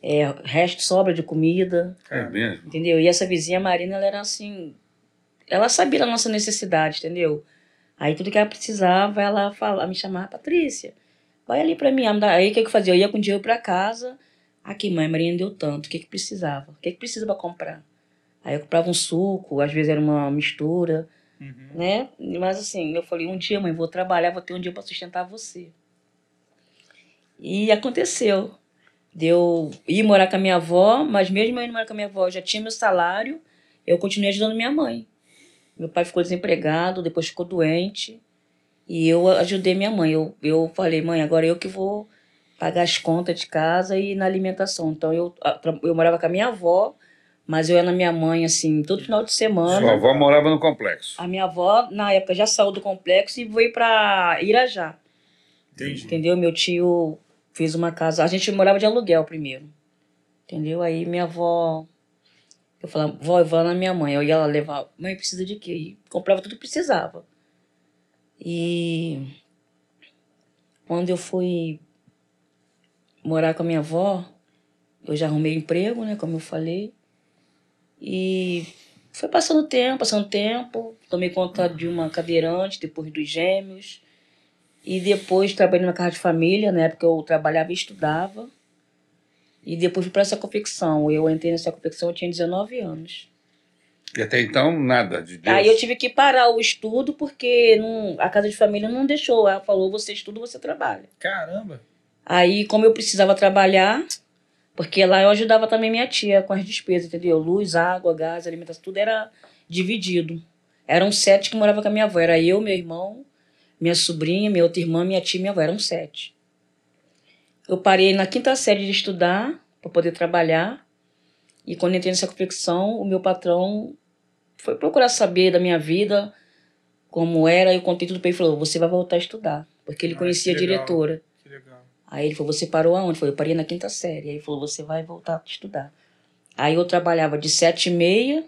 é, resto sobra de comida,
É mesmo.
Entendeu? E essa vizinha Marina, ela era assim. Ela sabia da nossa necessidade, entendeu? Aí tudo que ela precisava, ela falava, me chamava, Patrícia, vai ali pra mim. ela me dava- Aí o que que eu fazia? Eu ia com dinheiro pra casa, Aqui, mãe, a Marinha deu tanto. O que, que precisava? O que, que precisa para comprar? Aí eu comprava um suco, às vezes era uma mistura,
Uhum.
né? Mas assim, eu falei, um dia, mãe, vou trabalhar, vou ter um dia para sustentar você. E aconteceu. Deu ir morar com a minha avó, mas mesmo eu indo morar com a minha avó, eu já tinha meu salário, eu continuei ajudando minha mãe. Meu pai ficou desempregado, depois ficou doente, e eu ajudei minha mãe. Eu, eu falei, mãe, agora eu que vou pagar as contas de casa e na alimentação. Então eu, eu morava com a minha avó, mas eu ia na minha mãe, assim, todo final de semana.
Sua avó morava no complexo.
A minha avó, na época, já saiu do complexo e veio para Irajá.
Entendi.
Entendeu? Meu tio fez uma casa. A gente morava de aluguel primeiro. Entendeu? Aí minha avó. Eu falava, vó, eu vou lá na minha mãe. Eu ia lá levar. Mãe, precisa de quê? E comprava tudo que precisava. E. Quando eu fui morar com a minha avó, eu já arrumei emprego, né? Como eu falei. E foi passando tempo, passando tempo. Tomei conta de uma cadeirante, depois dos gêmeos. E depois trabalhei numa casa de família, na época eu trabalhava e estudava. E depois fui para essa confecção. Eu entrei nessa confecção, eu tinha 19 anos.
E até então, nada de Deus.
Aí Tá, eu tive que parar o estudo porque não, a casa de família não deixou. Ela falou: você estuda, você trabalha.
Caramba.
Aí, como eu precisava trabalhar, porque lá eu ajudava também minha tia com as despesas, entendeu? Luz, água, gás, alimentação, tudo era dividido. Eram sete que morava com a minha avó. Era eu, meu irmão, minha sobrinha, minha outra irmã, minha tia e minha avó. Eram sete. Eu parei na quinta série de estudar para poder trabalhar. E quando eu entrei nessa confecção, o meu patrão foi procurar saber da minha vida, como era. Eu contei tudo para ele e falou: você vai voltar a estudar. Porque ele
Ah,
conhecia a
que legal.
diretora.
Que legal.
Aí ele falou, você parou aonde? Eu falei, eu parei na quinta série. Aí ele falou, você vai voltar a estudar. Aí eu trabalhava de sete e meia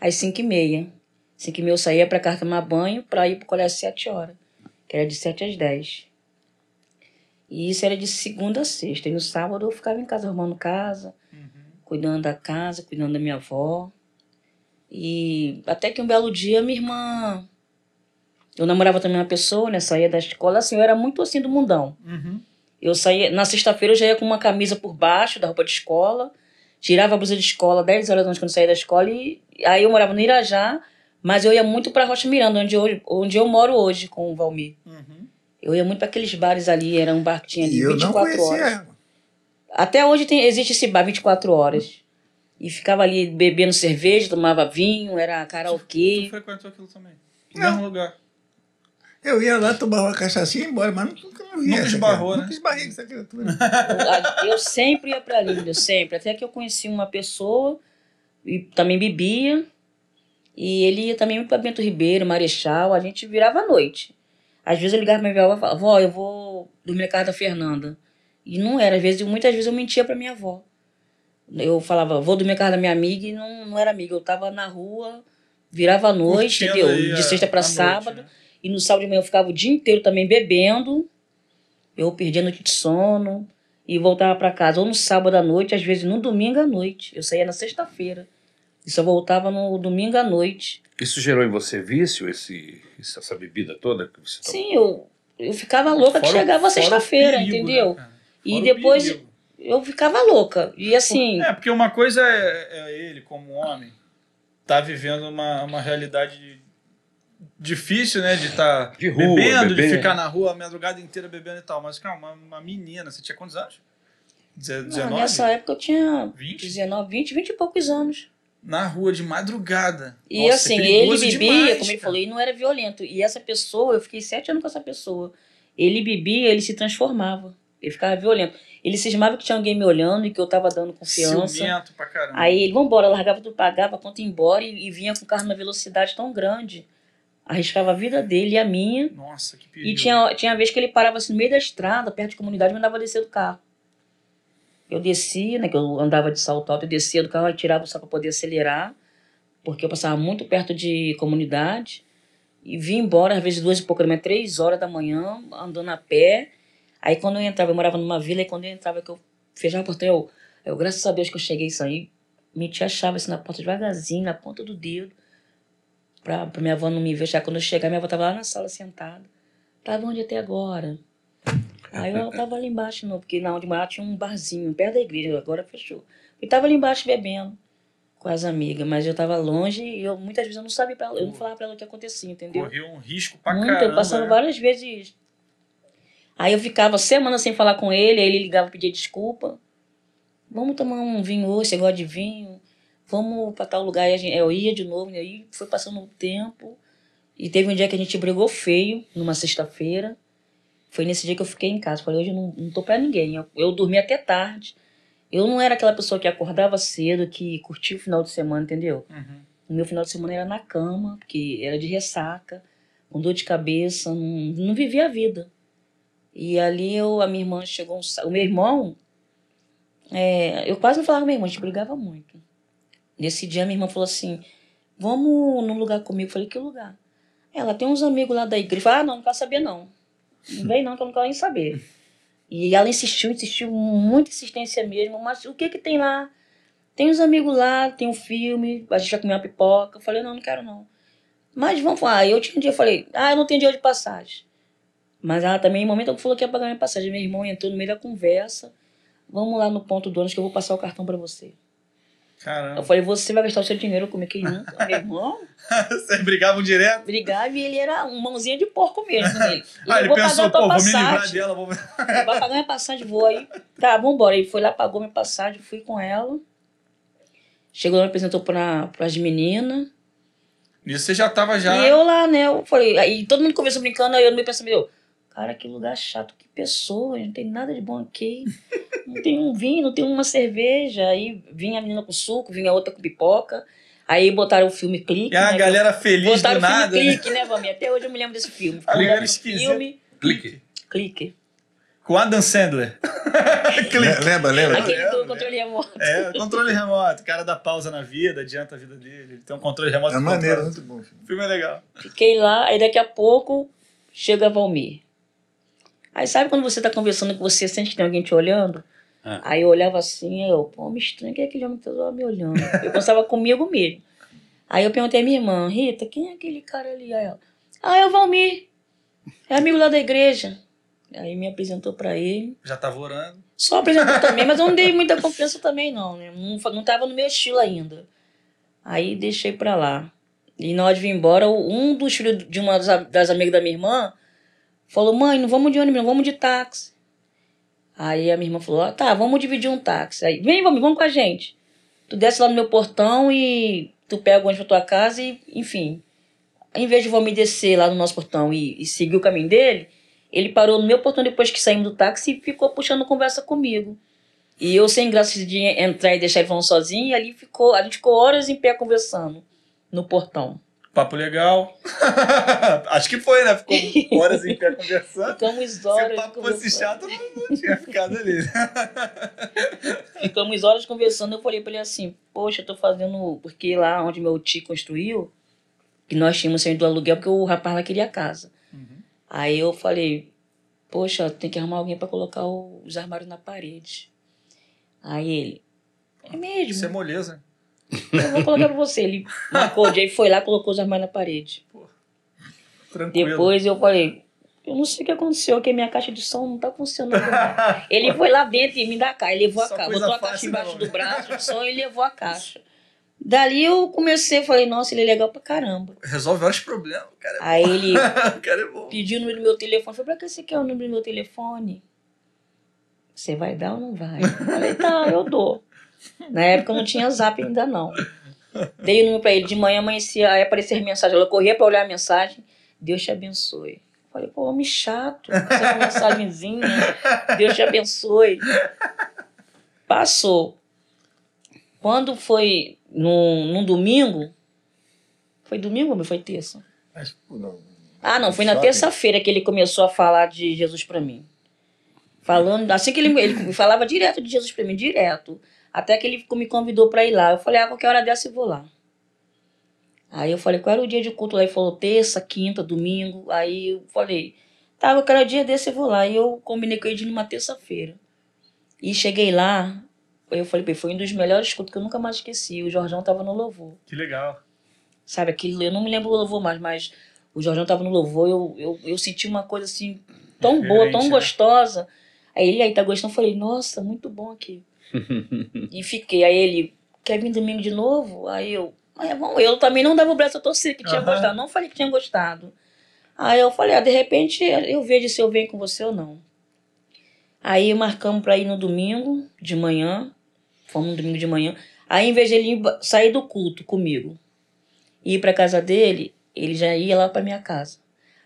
às cinco e meia. Cinco e meia eu saía para cá tomar banho para ir pro colégio às sete horas, que era de sete às dez. E isso era de segunda a sexta. E no sábado eu ficava em casa arrumando casa,
Uhum.
cuidando da casa, cuidando da minha avó. E até que um belo dia minha irmã... Eu namorava também uma pessoa, né? Saía da escola, assim, eu era muito assim do mundão.
Uhum.
Eu saía, na sexta-feira eu já ia com uma camisa por baixo da roupa de escola, tirava a blusa de escola 10 horas antes quando eu saía da escola e aí eu morava no Irajá, mas eu ia muito pra Rocha Miranda, onde eu, onde eu moro hoje com o Valmir.
Uhum.
Eu ia muito pra aqueles bares ali, era um bar que tinha ali
E eu não
24 horas.
conhecia ela.
Até hoje tem, existe esse bar 24 horas. E ficava ali bebendo cerveja, tomava vinho, era
Tu
karaokê.
frequentou aquilo também? No
Não.
mesmo lugar.
Eu ia lá, tomava uma cachaça e ia embora, mas nunca não via.
Nunca
essa
esbarrou,
criatura.
né?
Nunca esbarrei com essa criatura.
Eu sempre ia pra Líbia, sempre. Até que eu conheci uma pessoa e também bebia. E ele ia também muito pra Bento Ribeiro, Marechal. A gente virava à noite. Às vezes eu ligava pra minha avó e falava, vó, eu vou dormir na casa da Fernanda. E não era. Às vezes, muitas vezes eu mentia pra minha avó. Eu falava, vou dormir na casa da minha amiga e não, não era amiga. Eu tava na rua, virava à noite,
Curtindo
entendeu?
aí a-
De sexta pra
a noite,
sábado.
né?
E no sábado de manhã eu ficava o dia inteiro também bebendo. Eu perdia a noite de sono e voltava para casa ou no sábado à noite, às vezes no domingo à noite. Eu saía na sexta-feira e só voltava no domingo à noite.
Isso gerou em você vício, esse, essa bebida toda que você tá- tomou?
Sim, eu, eu ficava louca que
Fora o-
chegava
fora o
sexta-feira,
perigo,
entendeu?
né, cara?
E
Fora o
depois-
perigo.
Eu ficava louca. E assim,
É, porque uma coisa é, é ele, como homem, tá vivendo uma, uma realidade difícil, né? De estar
De rua,
bebendo, de
beber.
ficar na rua a madrugada inteira bebendo e tal. Mas, cara, uma, uma menina, você tinha quantos anos? Deze-
não,
19?
nessa época eu tinha
20?
19, 20, 20 e poucos anos.
Na rua de madrugada.
E
Nossa, é
assim, ele
perigoso
bebia,
demais,
como ele
cara.
falou, e não era violento. E essa pessoa, eu fiquei sete anos com essa pessoa. Ele bebia, ele se transformava. Ele ficava violento. Ele cismava que tinha alguém me olhando e que eu tava dando confiança.
Ciumento pra caramba.
Aí ele, vambora, largava tudo, pagava a conta e ia embora e, e vinha com o carro numa velocidade tão grande. Arriscava a vida dele e a minha.
Nossa, que perigo.
E tinha, um- tinha vez que ele parava assim no meio da estrada, perto de comunidade, e mandava descer do carro. Eu descia, né, que eu andava de salto alto, eu descia do carro e tirava só para poder acelerar, porque eu passava muito perto de comunidade. E vim embora, às vezes duas e pouco da manhã, três horas da manhã, andando a pé. Aí quando eu entrava, eu morava numa vila, e quando eu entrava, que eu fechava a porta, eu, eu, graças a Deus que eu cheguei isso aí, meti a chave assim na porta devagarzinho, na ponta do dedo, pra, pra minha avó não me ver. Já quando eu chegar, minha avó tava lá na sala sentada. Tava onde até agora? Aí eu tava ali embaixo, não, porque na onde morava tinha um barzinho, perto da igreja, agora fechou. E tava ali embaixo bebendo com as amigas, mas eu tava longe e eu muitas vezes eu não sabia pra ela, eu não falava pra ela o que acontecia, entendeu?
Correu um risco pra
Muito,
caramba.
eu passava
né?
várias vezes. Aí eu ficava semana sem falar com ele, aí ele ligava pedir desculpa. Vamos tomar um vinho hoje, você gosta de vinho? Vamos pra tal lugar. E a gente, é, eu ia de novo, e aí foi passando o tempo. E teve um dia que a gente brigou feio, numa sexta-feira. Foi nesse dia que eu fiquei em casa. Falei, hoje eu não, não tô pra ninguém. Eu, eu dormi até tarde. Eu não era aquela pessoa que acordava cedo, que curtia o final de semana, entendeu?
Uhum.
O meu final de semana era na cama, porque era de ressaca, com dor de cabeça, não, não vivia a vida. E ali eu, a minha irmã chegou, um, sa- o meu irmão, é, eu quase não falava com minha irmã, a gente brigava muito. Nesse dia minha irmã falou assim, vamos num lugar comigo. Eu falei, que lugar? Ela tem uns amigos lá da igreja. Eu falei, ah, não, não quero saber não. Não vem não, que eu não quero nem saber. E ela insistiu, insistiu, muita insistência mesmo. Mas o que que tem lá? Tem uns amigos lá, tem um filme, a gente vai comer uma pipoca. Eu falei, não, não quero não. Mas vamos falar. Aí eu tinha um dia, eu falei, ah, eu não tenho dinheiro de passagem. Mas ela também, em momento, algum, falou que ia pagar minha passagem. Meu irmão entrou no meio da conversa. Vamos lá no ponto do ônibus que eu vou passar o cartão pra você. Eu
Caramba.
falei, você vai gastar o seu dinheiro comigo que nunca, meu irmão.
Vocês brigavam direto?
Brigava e ele era um mãozinha de porco mesmo. né? Ele,
Ah, ele
"Eu vou
pensou,
pagar a tua
pô, vou me livrar
passagem."
dela, vou me
Vai pagar minha passagem, vou aí. Tá, vambora. Ele foi lá, pagou minha passagem, fui com ela. Chegou lá, me apresentou pra, pras meninas.
Nisso você já tava já.
E eu lá, né? Eu falei, aí todo mundo conversou brincando, aí eu no meu pensamento, eu, cara, que lugar chato, que pessoa, não tem nada de bom aqui. Não tem um vinho, não tem uma cerveja. Aí vinha a menina com suco, vinha a outra com pipoca. Aí botaram o filme clique.
E a
né,
galera
que-
feliz
Botaram
do
o filme
nada. né?
clique, né, Vami? Até hoje eu me lembro desse filme.
A galera
Botaram o
esquisita.
Filme
Clique.
clique.
Com Adam Sandler.
Le- Lembra, lembra?
Aquele
lembro,
do controle remoto.
É, controle remoto. O cara dá pausa na vida, adianta a vida dele. Ele tem um controle remoto.
É
que
maneiro,
controla.
muito bom. filho.
O filme é legal.
Fiquei lá, aí daqui a pouco chega a Valmir. Aí sabe quando você tá conversando com você, sente que tem alguém te olhando?
Ah.
Aí eu olhava assim, aí eu, pô, me estranho, quem é aquele homem que tá me olhando? Eu pensava comigo mesmo. Aí eu perguntei à minha irmã, Rita, quem é aquele cara ali? Aí ela, ah, é o Valmir, é amigo lá da igreja. Aí me apresentou pra ele.
Já tava orando.
Só apresentou também, mas eu não dei muita confiança também, não, né? Não, fa- não tava no meu estilo ainda. Aí deixei pra lá. E na hora de vir embora, o- um dos filhos de uma das, a- das amigas da minha irmã falou: mãe, não vamos de ônibus, não, vamos de táxi. Aí a minha irmã falou: "Ah, tá, vamos dividir um táxi. Aí, vem, vamos, vamos com a gente. Tu desce lá no meu portão e tu pega o ônibus pra tua casa e, enfim. Em vez de vou me descer lá no nosso portão e- e seguir o caminho dele, ele parou no meu portão depois que saímos do táxi e ficou puxando conversa comigo. E eu, sem graça de entrar e deixar ele falando sozinho, e ali ficou, a gente ficou horas em pé conversando no portão.
Papo legal. Acho que foi, né? Ficou horas em pé conversando.
Ficamos
Se o
horas.
papo fosse chato,
conversando.
não, não tinha ficado ali. né?
Ficamos horas conversando. Eu falei pra ele assim: Poxa, eu tô fazendo. Porque lá onde meu tio construiu, que nós tínhamos saído do aluguel, porque o rapaz lá queria casa.
Uhum.
Aí eu falei: Poxa, tem que arrumar alguém pra colocar o- os armários na parede. Aí ele: É mesmo?
Isso é moleza.
Eu vou colocar pra você. Ele marcou o dia e foi lá colocou os armários na parede.
Tranquilo.
Depois eu falei, eu não sei o que aconteceu, que minha caixa de som não tá funcionando. mais. Ele foi lá dentro e me dá a caixa. Ele levou a
Só
caixa,
coisa
botou a
fácil,
caixa embaixo
não. né?
do braço, o som e levou a caixa. Dali eu comecei, falei, nossa, ele é legal pra caramba.
Resolve vários problemas. O cara,
Aí ele
o cara é bom.
pediu o número do meu telefone. Falei, pra que você quer o número do meu telefone? Você vai dar ou não vai? Eu Falei, tá, eu dou. Na época eu não tinha zap ainda não. Dei o número pra ele. De manhã amanhecia, aí aparecia as mensagens. Ela corria pra olhar a mensagem. Deus te abençoe. Eu Falei, pô, homem chato. Essa mensagenzinha. Deus te abençoe. Passou. Quando foi num, num domingo, foi domingo ou foi terça?
Acho que não.
Ah, não, foi na
Shopping.
terça-feira que ele começou a falar de Jesus pra mim. Falando, assim que ele, ele falava direto de Jesus pra mim, direto. Até que ele me convidou pra ir lá. Eu falei, ah, qualquer hora dessa eu vou lá. Aí eu falei, qual era o dia de culto lá? Ele falou, terça, quinta, domingo. Aí eu falei, tá, eu quero o dia desse eu vou lá. E eu combinei com ele de ir numa terça-feira. E cheguei lá, eu falei, "Bem, foi um dos melhores cultos que eu nunca mais esqueci. O Jorjão tava no louvor
Que legal.
sabe? Aquilo, eu não me lembro o louvor mais, mas O Jorjão tava no louvor, eu, eu, eu senti uma coisa assim, tão boa, tão
Diferente, né?
gostosa. Aí ele aí tá gostando, eu falei, nossa, muito bom aqui. e fiquei. Aí ele, quer vir domingo de novo? Aí eu, "Ah, bom, eu também não dava o braço a torcer que tinha
Aham.
gostado, não falei que tinha gostado. Aí eu falei, ah, de repente eu vejo se eu venho com você ou não. Aí marcamos pra ir no domingo de manhã, fomos no domingo de manhã. Aí em vez de ele ir ba- sair do culto comigo e ir pra casa dele, ele já ia lá pra minha casa.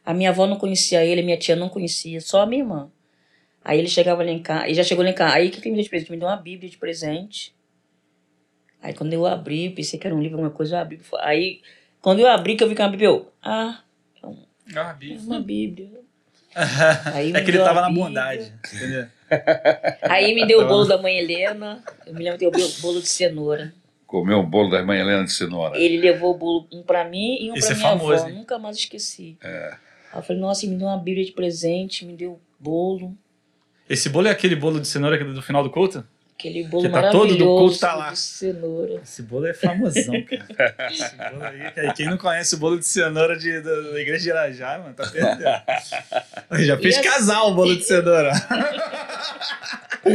A minha avó não conhecia ele, a minha tia não conhecia, só a minha irmã. Aí ele chegava lá em casa, ele já chegou lá em casa. Aí o que, que ele me deu de presente? Me deu uma Bíblia de presente. Aí quando eu abri, pensei que era um livro, alguma coisa, eu abri. Aí quando eu abri, que eu vi que era uma Bíblia, eu, ah,
Ah,
é
bicho.
uma Bíblia. Aí
é que ele
mudou a
tava na
vida.
bondade. Entendeu?
Aí me deu o bolo da mãe Helena, eu me lembro que eu dei o bolo de cenoura.
Comeu o bolo da irmã Helena de cenoura.
Ele levou o bolo, um pra mim e um
Isso
pra
é
minha
famoso,
avó.
hein? É.
Nunca mais esqueci. Aí eu falei, nossa, ele me deu uma Bíblia de presente, me deu bolo,
Esse bolo é aquele bolo de cenoura que é do final do culto?
aquele bolo
Que tá todo
maravilhoso
do culto, tá lá.
de cenoura.
Esse bolo é famosão, cara. Esse bolo aí, cara. E Quem não conhece o bolo de cenoura de, da, da igreja de Irajá, mano, tá perdendo. Eu já fiz
E assim-
casal o bolo de cenoura.
Foi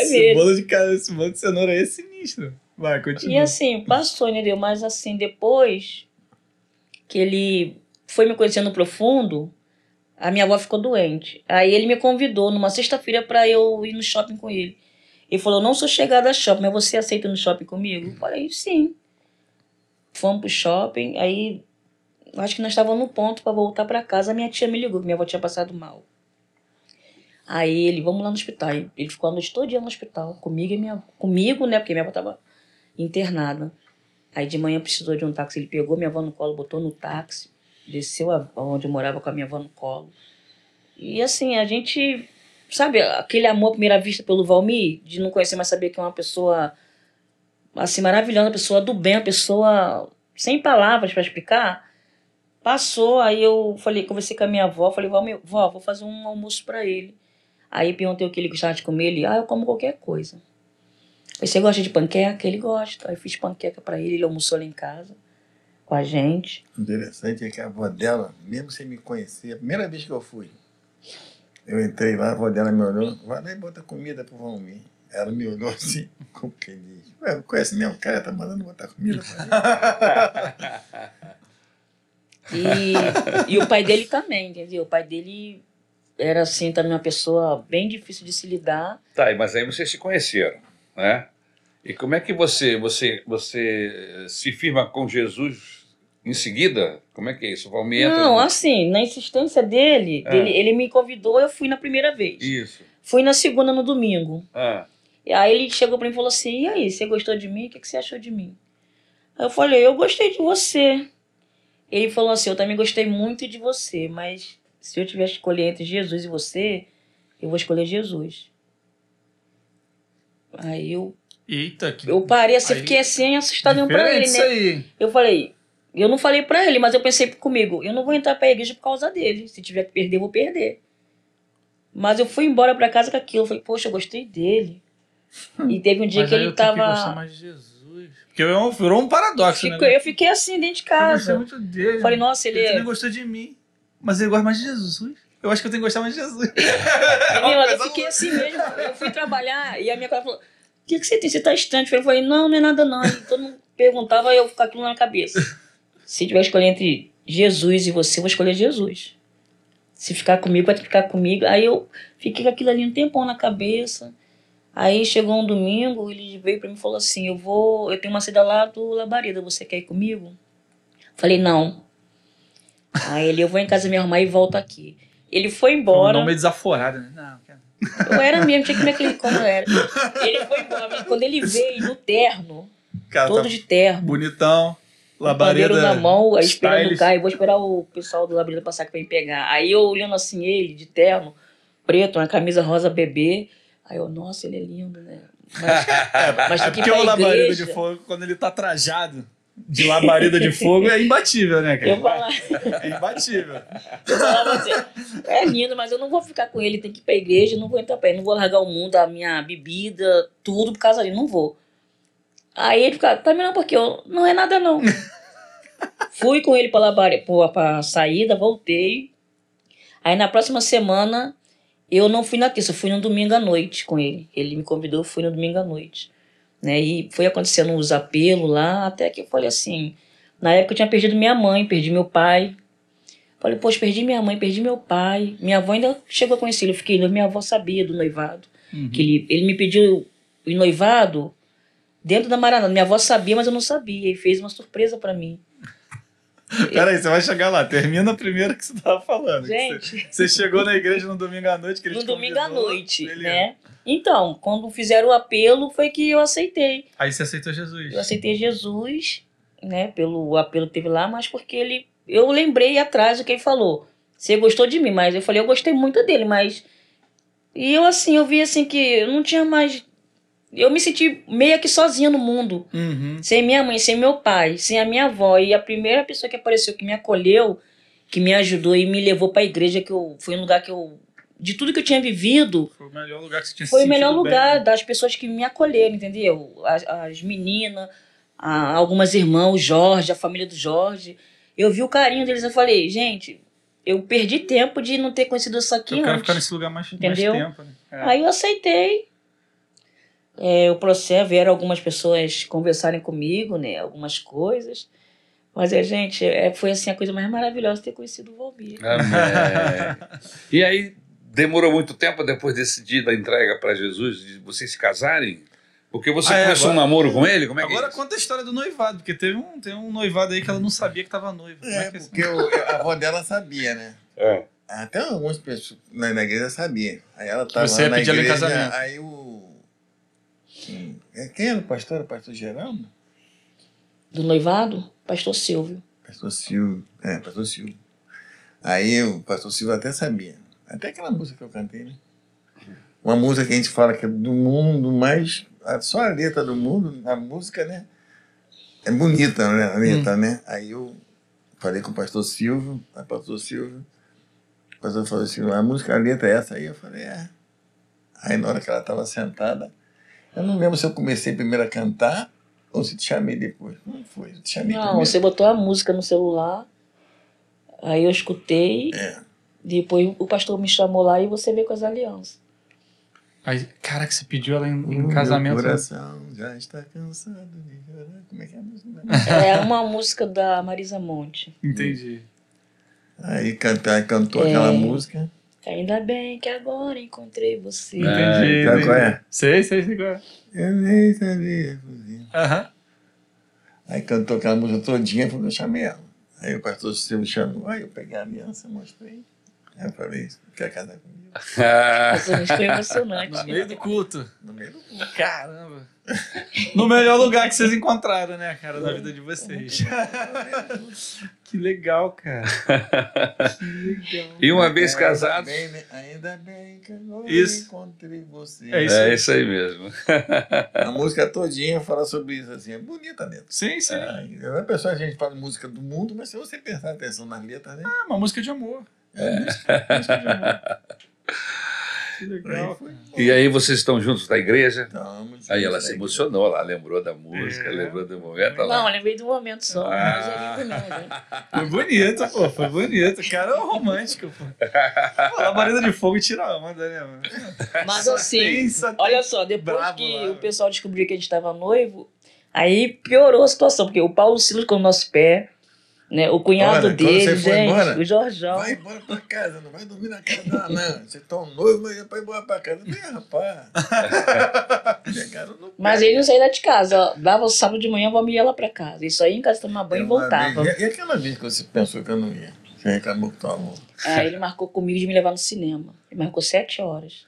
Esse
mesmo.
bolo de, ca- esse bolo de cenoura aí é sinistro. Vai,
E
continua.
assim, passou, entendeu? Mas assim, depois que ele foi me conhecendo profundo, a minha avó ficou doente. Aí ele me convidou numa sexta-feira pra eu ir no shopping com ele. Ele falou: não sou chegada a shopping, mas você aceita ir no shopping comigo? Eu falei, sim. Fomos pro shopping, aí acho que nós estávamos no ponto pra voltar pra casa. Minha tia me ligou, que minha avó tinha passado mal. Aí ele, vamos lá no hospital. Aí Ele ficou a noite todo dia no hospital, comigo e minha Comigo, né? Porque minha avó tava internada. Aí de manhã precisou de um táxi. Ele pegou minha avó no colo, botou no táxi, desceu a, onde eu morava com a minha avó no colo. E assim, a gente, sabe, aquele amor à primeira vista pelo Valmir, de não conhecer, mas saber que é uma pessoa assim maravilhosa, uma pessoa do bem, uma pessoa sem palavras para explicar. Passou, aí eu falei, conversei com a minha avó, falei, Valmir, vó, vou fazer um almoço para ele. Aí perguntei o que ele gostava de comer, ele, ah, eu como qualquer coisa. Aí, Você gosta de panqueca? Ele gosta. Aí eu fiz panqueca pra ele, ele almoçou lá em casa com a gente.
Interessante é que a avó dela, mesmo sem me conhecer, a primeira vez que eu fui, eu entrei lá, a avó dela me olhou, vai lá e bota comida pro Valmir. Ela me olhou assim, como quem diz, ué, conhece mesmo o cara, tá mandando botar comida pra mim.
E, e o pai dele também, entendeu? O pai dele era assim, também uma pessoa bem difícil de se lidar.
Tá, mas aí vocês se conheceram, né? E como é que você, você, você eh, se firma com Jesus em seguida? Como é que é isso? O Valmir entra
Não,
no-
assim, na insistência dele,
Ah.
dele- ele me convidou, eu fui na primeira vez.
Isso.
Fui na segunda, no domingo.
Ah,
E aí ele chegou pra mim e falou assim: E aí, você gostou de mim? O que, que você achou de mim? Aí eu falei: Eu gostei de você. Ele falou assim: Eu também gostei muito de você, mas se eu tivesse que escolher entre Jesus e você, eu vou escolher Jesus. Aí eu,
Eita, que.
eu parei assim,
Aí-
fiquei assim, assustadinho pra ele,
Diferente
né?
isso aí.
Eu falei, eu não falei pra ele, mas eu pensei comigo, eu não vou entrar pra igreja por causa dele. Se tiver que perder, eu vou perder. Mas eu fui embora pra casa com aquilo. Eu falei, poxa, eu gostei dele. E teve um dia
Mas
que
aí
ele
eu tenho que
tava.
gostar mais de Jesus. Porque é um- virou um paradoxo,
Fico-
né?
eu fiquei assim dentro de
Eu gostei
casa.
muito dele.
Falei, nossa, ele
Ele
é.
também gostou de mim. Mas ele gosta mais de Jesus. Eu acho que eu tenho que gostar mais de Jesus.
Menina, eu fiquei assim mesmo. Eu fui trabalhar e a minha colega falou: O que, que você tem? Você tá estranho? Eu falei: Não, não é nada não. E todo mundo perguntava, eu ficava aquilo na cabeça. Se tiver que escolher entre Jesus e você, eu vou escolher Jesus. Se ficar comigo, vai ficar comigo. Aí eu fiquei com aquilo ali um tempão na cabeça. Aí chegou um domingo, ele veio pra mim e falou assim: Eu vou, eu tenho uma saída lá do Labareda, você quer ir comigo? Falei: Não. Aí ele, eu vou em casa me arrumar e volto aqui. Ele foi
Um
embora.
nome desaforado, né? Não, cara.
Eu era mesmo, tinha que ver aquele como eu era. Ele foi embora, mas quando ele veio no terno,
O cara
todo
tá
de terno,
bonitão.
com o pandeiro
Labareda.
na mão, aí esperando o
stylist.
cara, eu vou esperar o pessoal do labirinto passar aqui pra me pegar. Aí eu olhando assim ele, de terno, preto, uma camisa rosa bebê, aí eu, nossa, ele é lindo, né? Mas, mas
É
tem
porque
que ir
o
pra
labareda
igreja.
de fogo, quando ele tá trajado de labareda de fogo, é imbatível, né,
Eu
cara?
falava,
É imbatível.
eu falava assim, é lindo, mas eu não vou ficar com ele, tem que ir pra igreja, não vou entrar pra ele, não vou largar o mundo, a minha bebida, tudo por causa dele, não vou. Aí ele ficava, tá melhor porque eu, não é nada não. Fui com ele para a saída, voltei. Aí na próxima semana, eu não fui na terça, eu fui no domingo à noite com ele. Ele me convidou, eu fui no domingo à noite. Né? E foi acontecendo uns apelos lá, até que eu falei assim. Na época eu tinha perdido minha mãe, perdi meu pai. Falei, poxa, perdi minha mãe, perdi meu pai. Minha avó ainda chegou a conhecer ele. Eu fiquei, minha avó sabia do noivado.
Uhum.
Que ele, ele me pediu o noivado dentro da Maraná. Minha avó sabia, mas eu não sabia. E fez uma surpresa para mim.
Peraí, você vai chegar lá. Termina primeiro que você tava falando. que você-
Gente,
Você chegou na igreja no domingo à noite que ele
no
te
domingo à
convidou,
noite,
beleza.
né? Então, quando fizeram o apelo, foi que eu aceitei.
Aí você aceitou Jesus.
Eu aceitei Jesus, né, pelo apelo que teve lá, mas porque ele. Eu lembrei atrás o que ele falou. Você gostou de mim, mas eu falei, eu gostei muito dele, mas. E eu, assim, eu vi assim que eu não tinha mais. Eu me senti meio que sozinha no mundo.
Uhum.
Sem minha mãe, sem meu pai, sem a minha avó. E a primeira pessoa que apareceu, que me acolheu, que me ajudou e me levou pra igreja, que eu, foi um lugar que eu. De tudo que eu tinha vivido,
Foi o melhor lugar que você tinha
foi o
sentido
melhor
bem,
lugar
né?
das pessoas que me acolheram, entendeu? As, as meninas, a- algumas irmãs, o Jorge, a família do Jorge. Eu vi o carinho deles, eu falei, gente, eu perdi tempo de não ter conhecido isso aqui
Eu quero
antes.
ficar nesse lugar mais, mais
Entendeu?
tempo. Né? É.
Aí eu aceitei. É, o processo, vieram algumas pessoas conversarem comigo, né? Algumas coisas. Mas, é, gente, é, foi assim a coisa mais maravilhosa ter conhecido o Valmir.
É.
Amém. e aí, demorou muito tempo depois desse dia da entrega para Jesus, de vocês se casarem? Porque você
Ah, é,
começou
agora-
um namoro com ele? Como é que é
Agora
isso?
conta a história do noivado, porque teve um, tem um noivado aí que ela não sabia que tava noiva. Como
É,
que isso-
porque eu- eu- a avó dela sabia, né?
É.
Até algumas pessoas na, na igreja sabiam. Aí ela tava
Você
lá na
pediu ela em
igreja,
casamento.
aí o... Hum, é, Quem era o pastor? Era o pastor Geraldo?
Do noivado, pastor Silvio.
Pastor Silvio. É, pastor Silvio. Aí o pastor Silvio até sabia. Até aquela música que eu cantei, né? Uma música que a gente fala que é do mundo, mas a- só a letra do mundo, a música, né? É bonita, né? A letra,
Hum.
né? Aí eu falei com o pastor Silvio, aí o pastor Silvio, o pastor falou assim, a música, a letra é essa aí, eu falei, é. Aí na hora que ela estava sentada, eu não lembro se eu comecei primeiro a cantar ou se te chamei depois. Não foi, eu te chamei
Não,
primeiro.
você botou a música no celular, aí eu escutei.
É.
Depois o pastor me chamou lá e você veio com as alianças.
Aí, caraca, você pediu ela em,
O
em
meu
casamento. né?
coração já está cansado de chorar. Como é que é a música?
É uma música da Marisa Monte.
Entendi.
Aí canta, cantou
É.
aquela música.
Ainda bem que agora encontrei você.
É.
Entendi.
Sabe qual
entendi.
é?
Sei, sei, sei qual é.
Eu nem sabia fazer.
Aham.
Aí cantou aquela música todinha, falou, eu chamei ela. Aí o pastor Silvio chamou, aí eu peguei a aliança, mostrei. Aí eu falei, quer casar comigo?
Ah,
Essa música Foi emocionante.
No meio do culto.
No meio do culto.
Caramba. No melhor lugar que vocês encontraram, né, cara, da vida de vocês. Que legal, cara. Que legal.
e uma vez
Ainda
casados.
É,
bem, né? Ainda bem que eu
Isso.
encontrei você.
É isso.
É isso aí mesmo.
A música todinha fala sobre isso, assim, é bonita a letra.
Sim, sim. É
É, a pessoa, a gente fala de música do mundo, mas se você prestar atenção nas letras, né?
Ah, uma música de amor. Que legal.
Aí foi.
E aí vocês estão juntos na igreja?
Estamos
Aí
juntos,
ela
né?
se emocionou, ela lembrou da música,
É.
lembrou do momento.
Não,
Ela...
eu lembrei do momento só. Mas
Ah.
é lindo, não, né?
Foi bonito, pô. Foi bonito. O cara é um romântico, pô. pô labareda de fogo tira a onda, né, mano?
Mas
Só
assim,
tem- só tem-
olha só, depois
Bravo
que
lá,
o
velho.
pessoal descobriu que a gente estava noivo, aí piorou a situação, porque o Paulo Silas com o nosso pé, né, o cunhado
Olha, quando
dele,
você foi
gente,
embora,
o Jorjão.
Vai embora pra casa, não vai dormir na casa dela, não. Vocês estão noivos, mas é pra ir embora pra casa. Vem, rapaz. Pegaram no pé.
Mas ele não saía de casa. ó. Dava o sábado de manhã, vamos ir lá pra casa. Isso aí em casa tomar banho e
Uma
voltava.
vez- E e aquela vez que você pensou que eu não ia? Você reclamou com tua avó.
Aí ele marcou comigo de me levar no cinema. Ele marcou sete horas.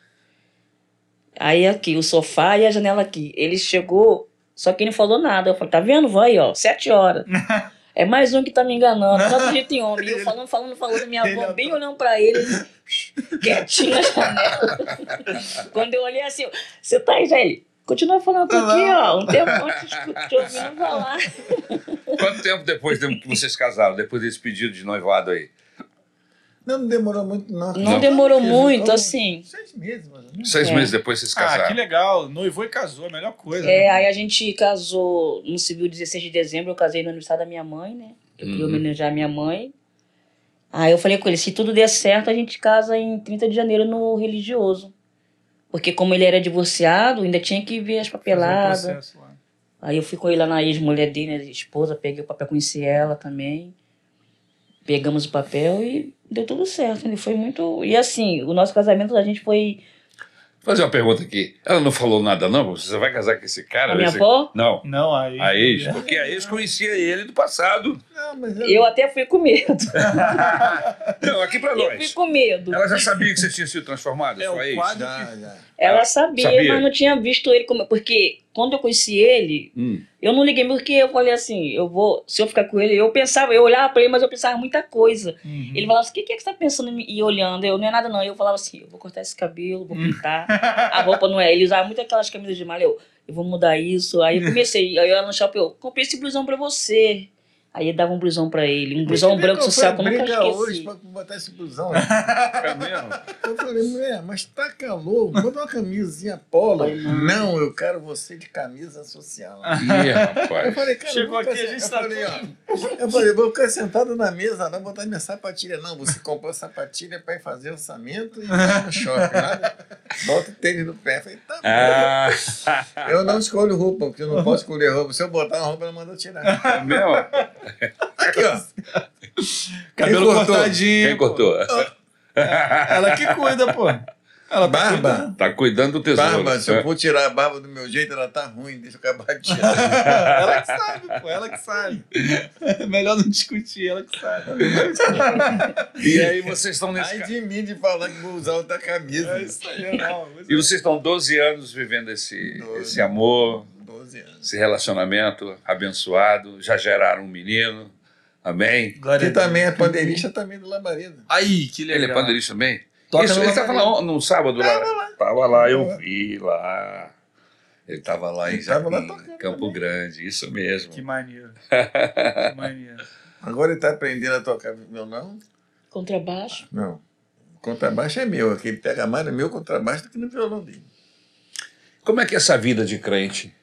Aí aqui, o sofá e a janela aqui. Ele chegou, só que ele não falou nada. Eu falei, tá vendo? Vai, ó, sete horas. É mais um que tá me enganando. Só acredita em homem. E eu falando, falando, falando, minha
Ele
avó
não-
bem olhando pra ele. ele Quietinho na janela. Quando eu olhei assim, eu, você tá aí, velho? Continua falando tô aqui, ó. Um tempo antes de ouvindo falar.
Quanto tempo depois de- que vocês casaram, depois desse pedido de noivado aí?
Não, não demorou muito, não.
Não,
Não.
demorou
Fez um-
muito,
um-
assim.
Seis meses, mais ou menos.
Seis
É.
meses depois vocês
Ah, que
casaram.
legal. Noivou e casou, a melhor coisa.
É,
né?
aí a gente casou no civil 16 de dezembro, eu casei no aniversário da minha mãe, né? Eu queria
Uhum.
homenagear minha mãe. Aí eu falei com ele, se tudo der certo, a gente casa em 30 de janeiro no religioso. Porque como ele era divorciado, ainda tinha que ver
Fazer
as
um
papeladas.
processo lá.
Aí eu fui com ele lá na ex-mulher dele, né, esposa, peguei o papel, conheci ela também. Pegamos o papel e deu tudo certo. Ele foi muito. E assim, o nosso casamento a gente foi.
Vou fazer uma pergunta aqui. Ela não falou nada, não? Você vai casar com esse cara?
A minha
Esse-
avó?
Não.
Não, aí. é
A ex, porque a ex conhecia ele do passado.
Não, mas
Eu até fui com medo.
Não, aqui pra
Eu fui
nós.
com medo.
Ela já sabia que você tinha sido transformado,
É,
sua
o
ex?
quadro-
Já, já.
Ela sabia,
sabia?
mas não tinha visto ele como. Porque quando eu conheci ele,
Hum.
eu não liguei porque eu falei assim, eu vou. Se eu ficar com ele, eu pensava, eu olhava pra ele, mas eu pensava muita coisa.
Uhum.
Ele falava assim, o que, que é que você tá pensando em me- e olhando? Eu não é nada, não. Eu falava assim, eu vou cortar esse cabelo, vou
Hum.
pintar. a roupa não é. Ele usava muito aquelas camisas de malha. Eu, eu vou mudar isso.
Hum.
Aí eu comecei. Aí eu ia no shopping, eu comprei esse blusão pra você. Aí eu dava um blusão pra ele. Um blusão
Você vê
branco
qual foi
social,
a
como eu nunca
briga hoje
esqueci.
pra botar esse blusão?
É mesmo?
Eu falei, mulher, mas tá calor, manda uma camisinha polo. Não, eu quero você de camisa social.
Ih,
Eu
rapaz.
falei, cara,
Chegou
vou
aqui,
ficar
a gente
sen- eu
tá
falei, ó, Eu falei, vou ficar sentado na mesa, não botar minha sapatilha. Não, você comprou sapatilha para ir fazer orçamento e vai no shopping. Nada. Bota o tênis no pé. Eu falei, tá bom.
Ah,
Eu não escolho roupa, porque eu não posso escolher roupa. Se eu botar uma roupa, ela manda eu tirar.
é mesmo?
Aqui, ó.
Cabelo
Quem cortou?
cortadinho.
Quem
pô.
cortou?
Ela que cuida, pô. Ela tá
Barba.
Tá cuidando do tesouro.
Barba, se eu for tirar a barba do meu jeito, ela tá ruim. Deixa eu acabar de tirar.
ela que sabe, pô, ela que sabe. É Melhor não discutir, ela que sabe.
E aí vocês estão nesse
Ai
ca-
de mim de falar que vou usar outra camisa.
É isso aí, não.
E vocês estão 12 anos vivendo esse,
Doze.
esse amor,
12 anos.
esse relacionamento abençoado. Já geraram um menino. Amém?
Que também é pandeirista também do Labareda.
Aí, que legal.
Ele é pandeirista também?
Toca
Isso,
no
ele estava lá on- no sábado lá. Tava lá. eu
Tava.
vi lá. Ele estava lá em,
Ele tava lá
em
tocando
Campo
também.
Grande, isso mesmo.
Que maneiro. Que maneiro.
Agora ele tá aprendendo a tocar violão?
Contrabaixo.
Não. O contrabaixo é meu, aquele pega mais no meu contrabaixo do que no violão dele.
Como é que é essa vida de crente?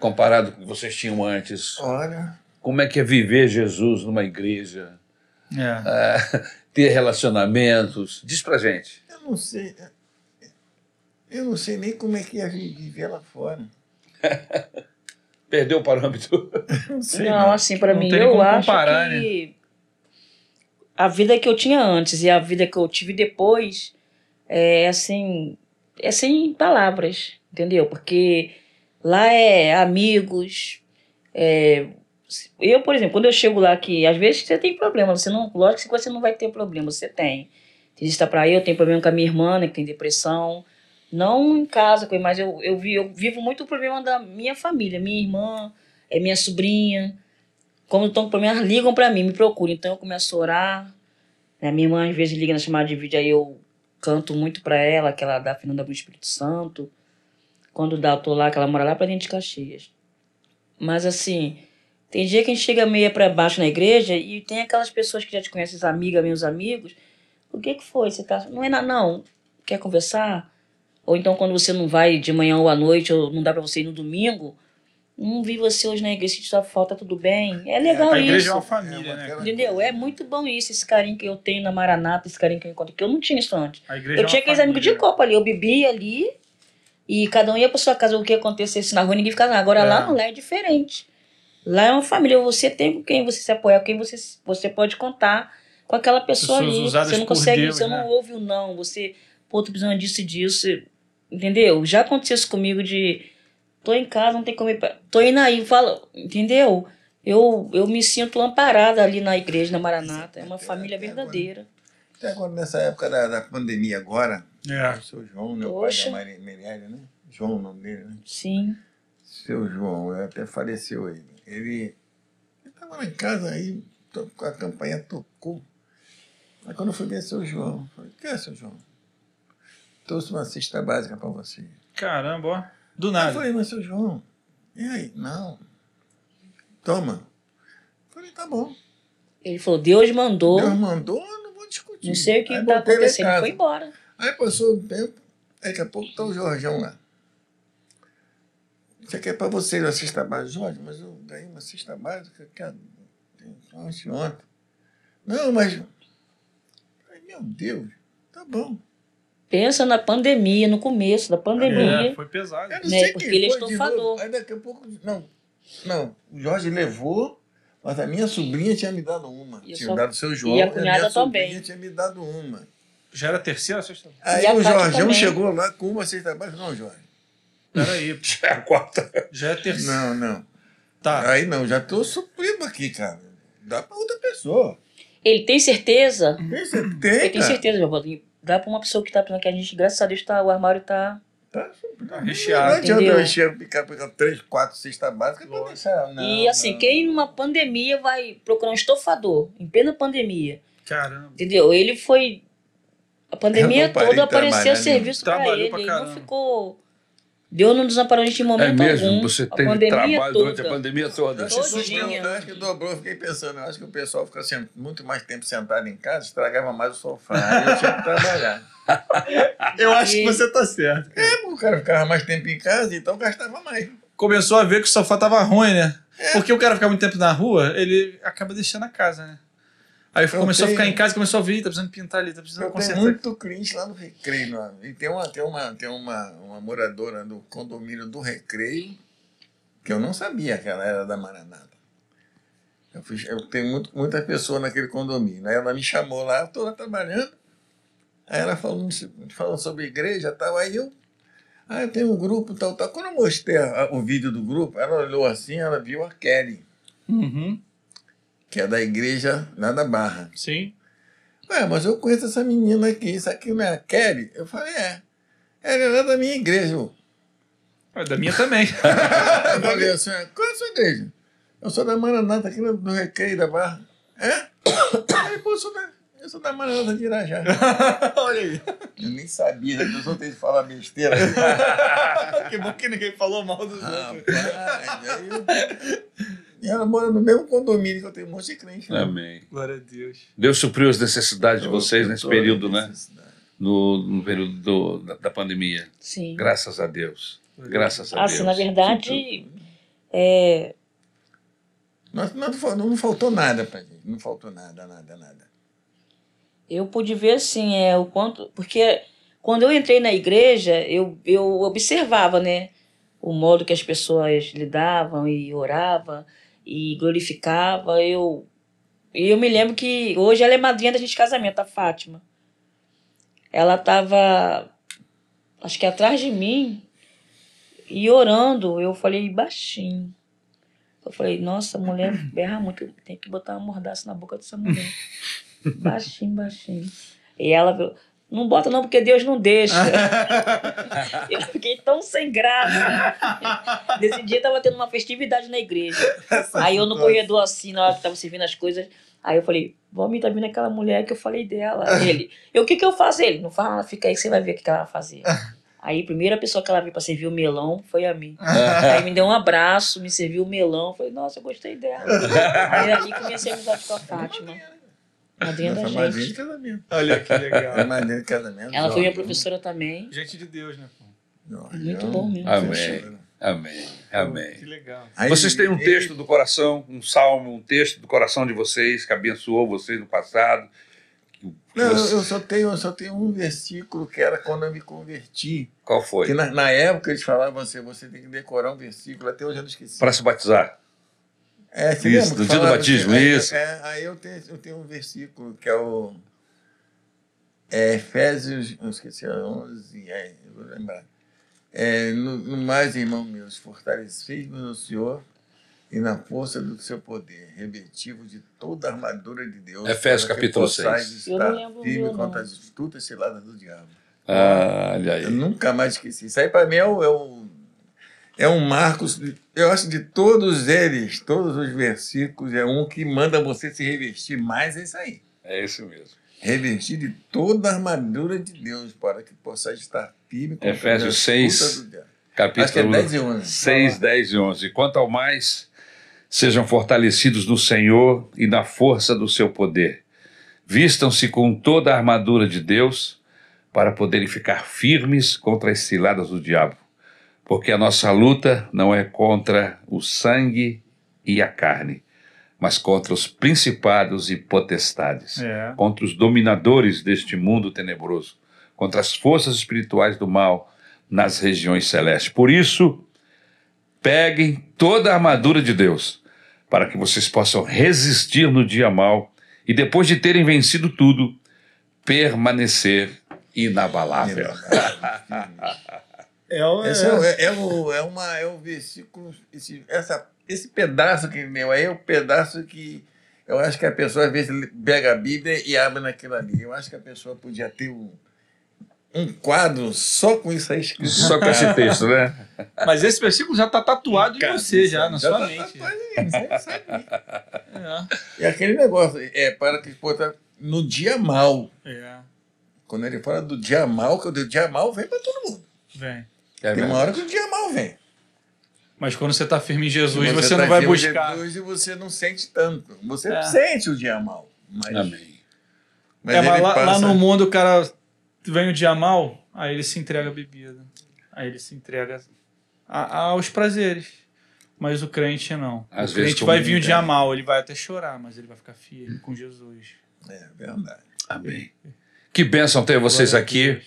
Comparado com o que vocês tinham antes.
Olha.
Como é que é viver Jesus numa igreja?
É.
Ter relacionamentos? Diz pra gente.
Eu não sei. é, Eu não sei nem como é que ia vi- viver lá fora.
Perdeu o parâmetro.
Não sei.
não, assim, pra
Não
mim,
tem nem
eu
como
acho
comparar, né?
que a vida que eu tinha antes e a vida que eu tive depois é assim, é sem palavras, entendeu? Porque lá é amigos, é... Eu, por exemplo, quando eu chego lá que às vezes você tem problema, você não, lógico que você não vai ter problema, você tem. Tem gente tá pra eu, tenho problema com a minha irmã, né, que tem depressão. Não em casa, coisa, mas eu, eu, vi, eu vivo muito o problema da minha família, minha irmã, é minha sobrinha. Como estão com problemas, ligam pra mim, me procuram. Então eu começo a orar. A É, minha irmã às vezes liga na chamada de vídeo, aí eu canto muito pra ela, que ela dá Fernanda do Espírito Santo. Quando dá, eu tô lá, que ela mora lá pra dentro de Caxias. Mas assim, tem dia que a gente chega meia pra baixo na igreja e tem aquelas pessoas que já te conhecem, as amigas, meus amigos. O que que foi? Você tá. Não é nada, não. Quer conversar? Ou então quando você não vai de manhã ou à noite, ou não dá pra você ir no domingo. Não vi você hoje na igreja, senti sua falta, tudo bem. É legal
A igreja
isso.
é uma família, né? cara?
Entendeu? É muito bom isso, esse carinho que eu tenho na Maranata, esse carinho que eu encontro, que eu não tinha isso antes.
A igreja
Eu
é
tinha
uma
aqueles
família.
amigos de copa ali, eu bebia ali e cada um ia pra sua casa, o que acontecesse na rua, ninguém ficava. Agora
É.
lá não, lá é diferente. Lá é uma família, você tem com quem você se apoiar, quem você, se- você pode contar com aquela pessoa
Pessoas
ali.
usadas
Você não
por
consegue,
Deus,
você
né?
não ouve o não, você, pô, tô precisando disso e disso, entendeu? Já aconteceu isso comigo de tô em casa, não tem como ir pra... Tô indo aí, fala, entendeu? Eu, eu me sinto amparada ali na igreja, na Maranata. É uma família verdadeira.
Até agora, nessa época da, da pandemia agora, o
É.
seu João, meu
Poxa.
pai da Mari- Marielle, né? João o nome dele, né?
Sim.
Seu João, ele até faleceu ele. Ele estava lá em casa aí, to- a campanha tocou. Aí quando eu fui ver seu João, eu falei, o que é seu João? Trouxe uma cesta básica para você.
Caramba, ó. Do
Aí Eu
nada. É,
falei, mas seu João, e aí? Não. Toma. Eu falei, tá bom.
Ele falou, Deus mandou.
Deus mandou, eu não vou discutir.
Não sei o que
Aí
está
voltei lá em
acontecendo.
casa.
Foi embora.
Aí passou um tempo, aí daqui a pouco tá o Jorgão lá. Isso aqui é para vocês, a cesta básica. Jorge, mas eu ganhei uma cesta básica que a- ontem, ontem. Não, mas... Ai, meu Deus, tá bom.
Pensa na pandemia, no começo da pandemia.
É, foi pesado.
Eu não
Né,
sei
porque
quem
ele
foi de
estofador.
novo. Aí daqui a pouco... Não, não, o Jorge levou... Mas a minha sobrinha tinha me dado uma.
E eu
tinha
só-
dado o seu João.
e a
minha
cunhada
sobrinha
também.
tinha me dado uma.
Já era a terceira sexta?
Aí
E a
o
Cátia
Jorgão
também.
chegou lá com uma cesta básica. Não, Jorge.
Peraí,
Já é a quarta.
já é a terceira.
Não, não.
Ah.
Tá.
Aí não, já tô suprido aqui, cara. Dá pra outra pessoa.
Ele tem certeza?
Tem
Ele
certeza?
Hum. tem certeza, meu Valdir. Dá pra uma pessoa que tá pensando que a gente, graças a Deus, tá, o armário tá.
Tá,
Tá
não
recheado.
adianta
entendeu?
eu encher, ficar pegando três, quatro cestas básicas pra deixar. Não,
e assim,
não.
quem numa pandemia vai procurar um estofador, em plena pandemia?
Caramba.
Entendeu? Ele foi. A pandemia
Eu não parei
toda
de trabalhar,
apareceu
né?
serviço pra
Trabalhou
ele.
pra
ele não
caramba.
ficou. Deus não desamparou a gente em
É
momento
mesmo,
algum.
você
a
teve
pandemia
trabalho
toda.
durante a pandemia toda.
As pessoas
Todinha.
perguntam, acho um que dobrou, eu fiquei pensando, eu acho que o pessoal fica sent- muito mais tempo sentado em casa, estragava mais o sofá, aí eu tinha que trabalhar.
Eu acho que você tá certo.
É, pô, o cara ficava mais tempo em casa, então gastava mais.
Começou a ver que o sofá tava ruim, né? Porque o cara ficar muito tempo na rua, ele acaba deixando a casa, né? Aí
Eu
começou a ficar
tenho-
em casa, começou a vir, tá precisando pintar ali, tá precisando
Eu tenho
consertar.
muito cliente lá no Recreio. lá. E tem uma, tem uma, tem uma, uma moradora do condomínio do Recreio, que eu não sabia que ela era da Maranata. Eu, fui- eu tenho muito, muita pessoa naquele condomínio. Aí ela me chamou lá, eu estou lá trabalhando. Aí ela falou, falou sobre igreja e tal. Aí eu, ah, eu tenho um grupo tal, tal. Quando eu mostrei a- a- o vídeo do grupo, ela olhou assim, ela viu a Kelly,
Uhum.
que é da igreja lá da Barra.
Sim.
Ué, mas eu conheço essa menina aqui, isso aqui não é a Kelly? Eu falei, é. Ela era da minha igreja. ô.
Ah, Da minha também.
Eu falei assim, qual é a sua igreja? Eu sou da Maranata, aqui no Recreio da Barra. É? Aí, pô, eu sou da, eu sou da Maranata de Irajá.
Olha aí.
Eu nem sabia, a pessoa tem de falar besteira.
que bom que ninguém falou mal dos
Ah,
outros.
Rapaz, aí eu- E ela mora no mesmo condomínio que eu tenho um monte de crente. né?
Amém.
Glória a Deus.
Deus supriu as
É,
necessidades de vocês
Eu-
nesse
eu tô-
período, né? No, no período do- da, da pandemia.
Sim.
Graças a Deus. Graças a
Assim, na
Deus.
verdade, é,
Nós- nós Não, fal- não faltou nada pra gente. Não faltou nada, nada, nada.
eu pude ver assim é o quanto porque quando eu entrei na igreja eu, eu observava né o modo que as pessoas lidavam e orava e glorificava eu e eu me lembro que hoje ela é madrinha da gente de casamento a Fátima ela tava acho que atrás de mim e orando eu falei baixinho eu falei nossa a mulher berra muito tem que botar uma mordaça na boca dessa mulher Baixinho, baixinho. E ela falou, não bota não, porque Deus não deixa. eu fiquei tão sem graça. Desse dia tava tendo uma festividade na igreja. aí eu no corredor assim, na hora que tava servindo as coisas, aí eu falei, vamos tá vindo aquela mulher que eu falei dela. Ele, eu, o que que eu faço? Ele, não fala, fica aí que você vai ver o que que ela vai fazer. Aí a primeira pessoa que ela veio pra servir o melão foi a mim. Aí me deu um abraço, me serviu o melão. Falei, nossa, eu gostei dela. Aí é ali comecei a amizade com a Fátima. Madrinha da
Nossa
gente.
madrinha de casamento.
Olha que
Ela é
legal.
madrinha de casamento.
Ela foi minha
jovem.
professora também.
Gente de Deus, né? pô?
Muito bom mesmo.
Amém. Amém. Amém.
Que legal.
né? Aí,
Vocês têm um
ele-
texto do coração, um salmo, um texto do coração de vocês que abençoou vocês no passado. que- que
Não,
vocês-
eu só tenho, eu só tenho um versículo que era quando eu me converti.
Qual foi?
Que na, na época eles falavam assim, você tem que decorar um versículo, até hoje eu não esqueci.
Para se batizar.
É, você
Isso,
lembra que
do dia do
falava
batismo,
assim, aí-
isso.
é, aí eu tenho, eu tenho um versículo que é o é, Efésios, eu esqueci, é 11, é, eu vou lembrar. É, no, no mais, irmão meus, fortalecei-me no Senhor e na força do seu poder, revestivo de toda a armadura de Deus.
Efésios
para que
capítulo
possais
6.
Eu não
estar
lembro o
firme
meu,
contra
não.
as astutas ciladas do diabo.
Ah, olha
Eu
aí.
nunca mais esqueci. Isso aí para mim é um, é um, é um Marcos. Eu acho de todos eles, todos os versículos, é um que manda você se revestir mais. É isso aí.
É isso mesmo.
Revestir de toda a armadura de Deus para que possa estar firme contra
Efésios
as
6.
forças do diabo. Acho que é
Capítulo
10 e 11.
6, 10 e 11. Quanto ao mais, sejam fortalecidos no Senhor e na força do seu poder. Vistam-se com toda a armadura de Deus para poderem ficar firmes contra as ciladas do diabo, porque a nossa luta não é contra o sangue e a carne, mas contra os principados e potestades,
É.
contra os dominadores deste mundo tenebroso, contra as forças espirituais do mal nas regiões celestes. Por isso, peguem toda a armadura de Deus, para que vocês possam resistir no dia mal e depois de terem vencido tudo, permanecer inabalável.
É, o-
Esse é, o- é, é o, é, uma, é um versículo. Esse, essa, esse pedaço que ele deu aí é o pedaço que eu acho que a pessoa às vezes ele pega a Bíblia e abre naquilo ali. Eu acho que a pessoa podia ter um, um quadro só com isso aí escrito.
Só com esse texto, né?
Mas esse versículo já tá tatuado em você, já, na sua
tá
mente.
tatuado aí, você sabe.
É.
E aquele negócio, é para que pô, tá no dia mal.
É.
Quando ele fala do dia mal, que o dia mal vem para todo mundo.
Vem.
É
Tem
verdade.
uma hora que o dia mal vem.
Mas quando você tá firme em Jesus,
E
você,
tá
não vai
vendo
buscar.
Jesus e você não sente tanto. Você
É.
sente o dia mal. Mas,
Amém.
mas
é,
ele
mas lá, lá
passa.
no mundo o cara vem o dia mal, aí ele se entrega à bebida. Aí ele se entrega a- aos prazeres. Mas o crente não.
Às
o
vezes
crente vai vir o
comunica,
dia
né?
mal, ele vai até chorar, mas ele vai ficar firme com Jesus.
É verdade.
Amém. Que bênção ter vocês
Glória a
aqui,
Deus.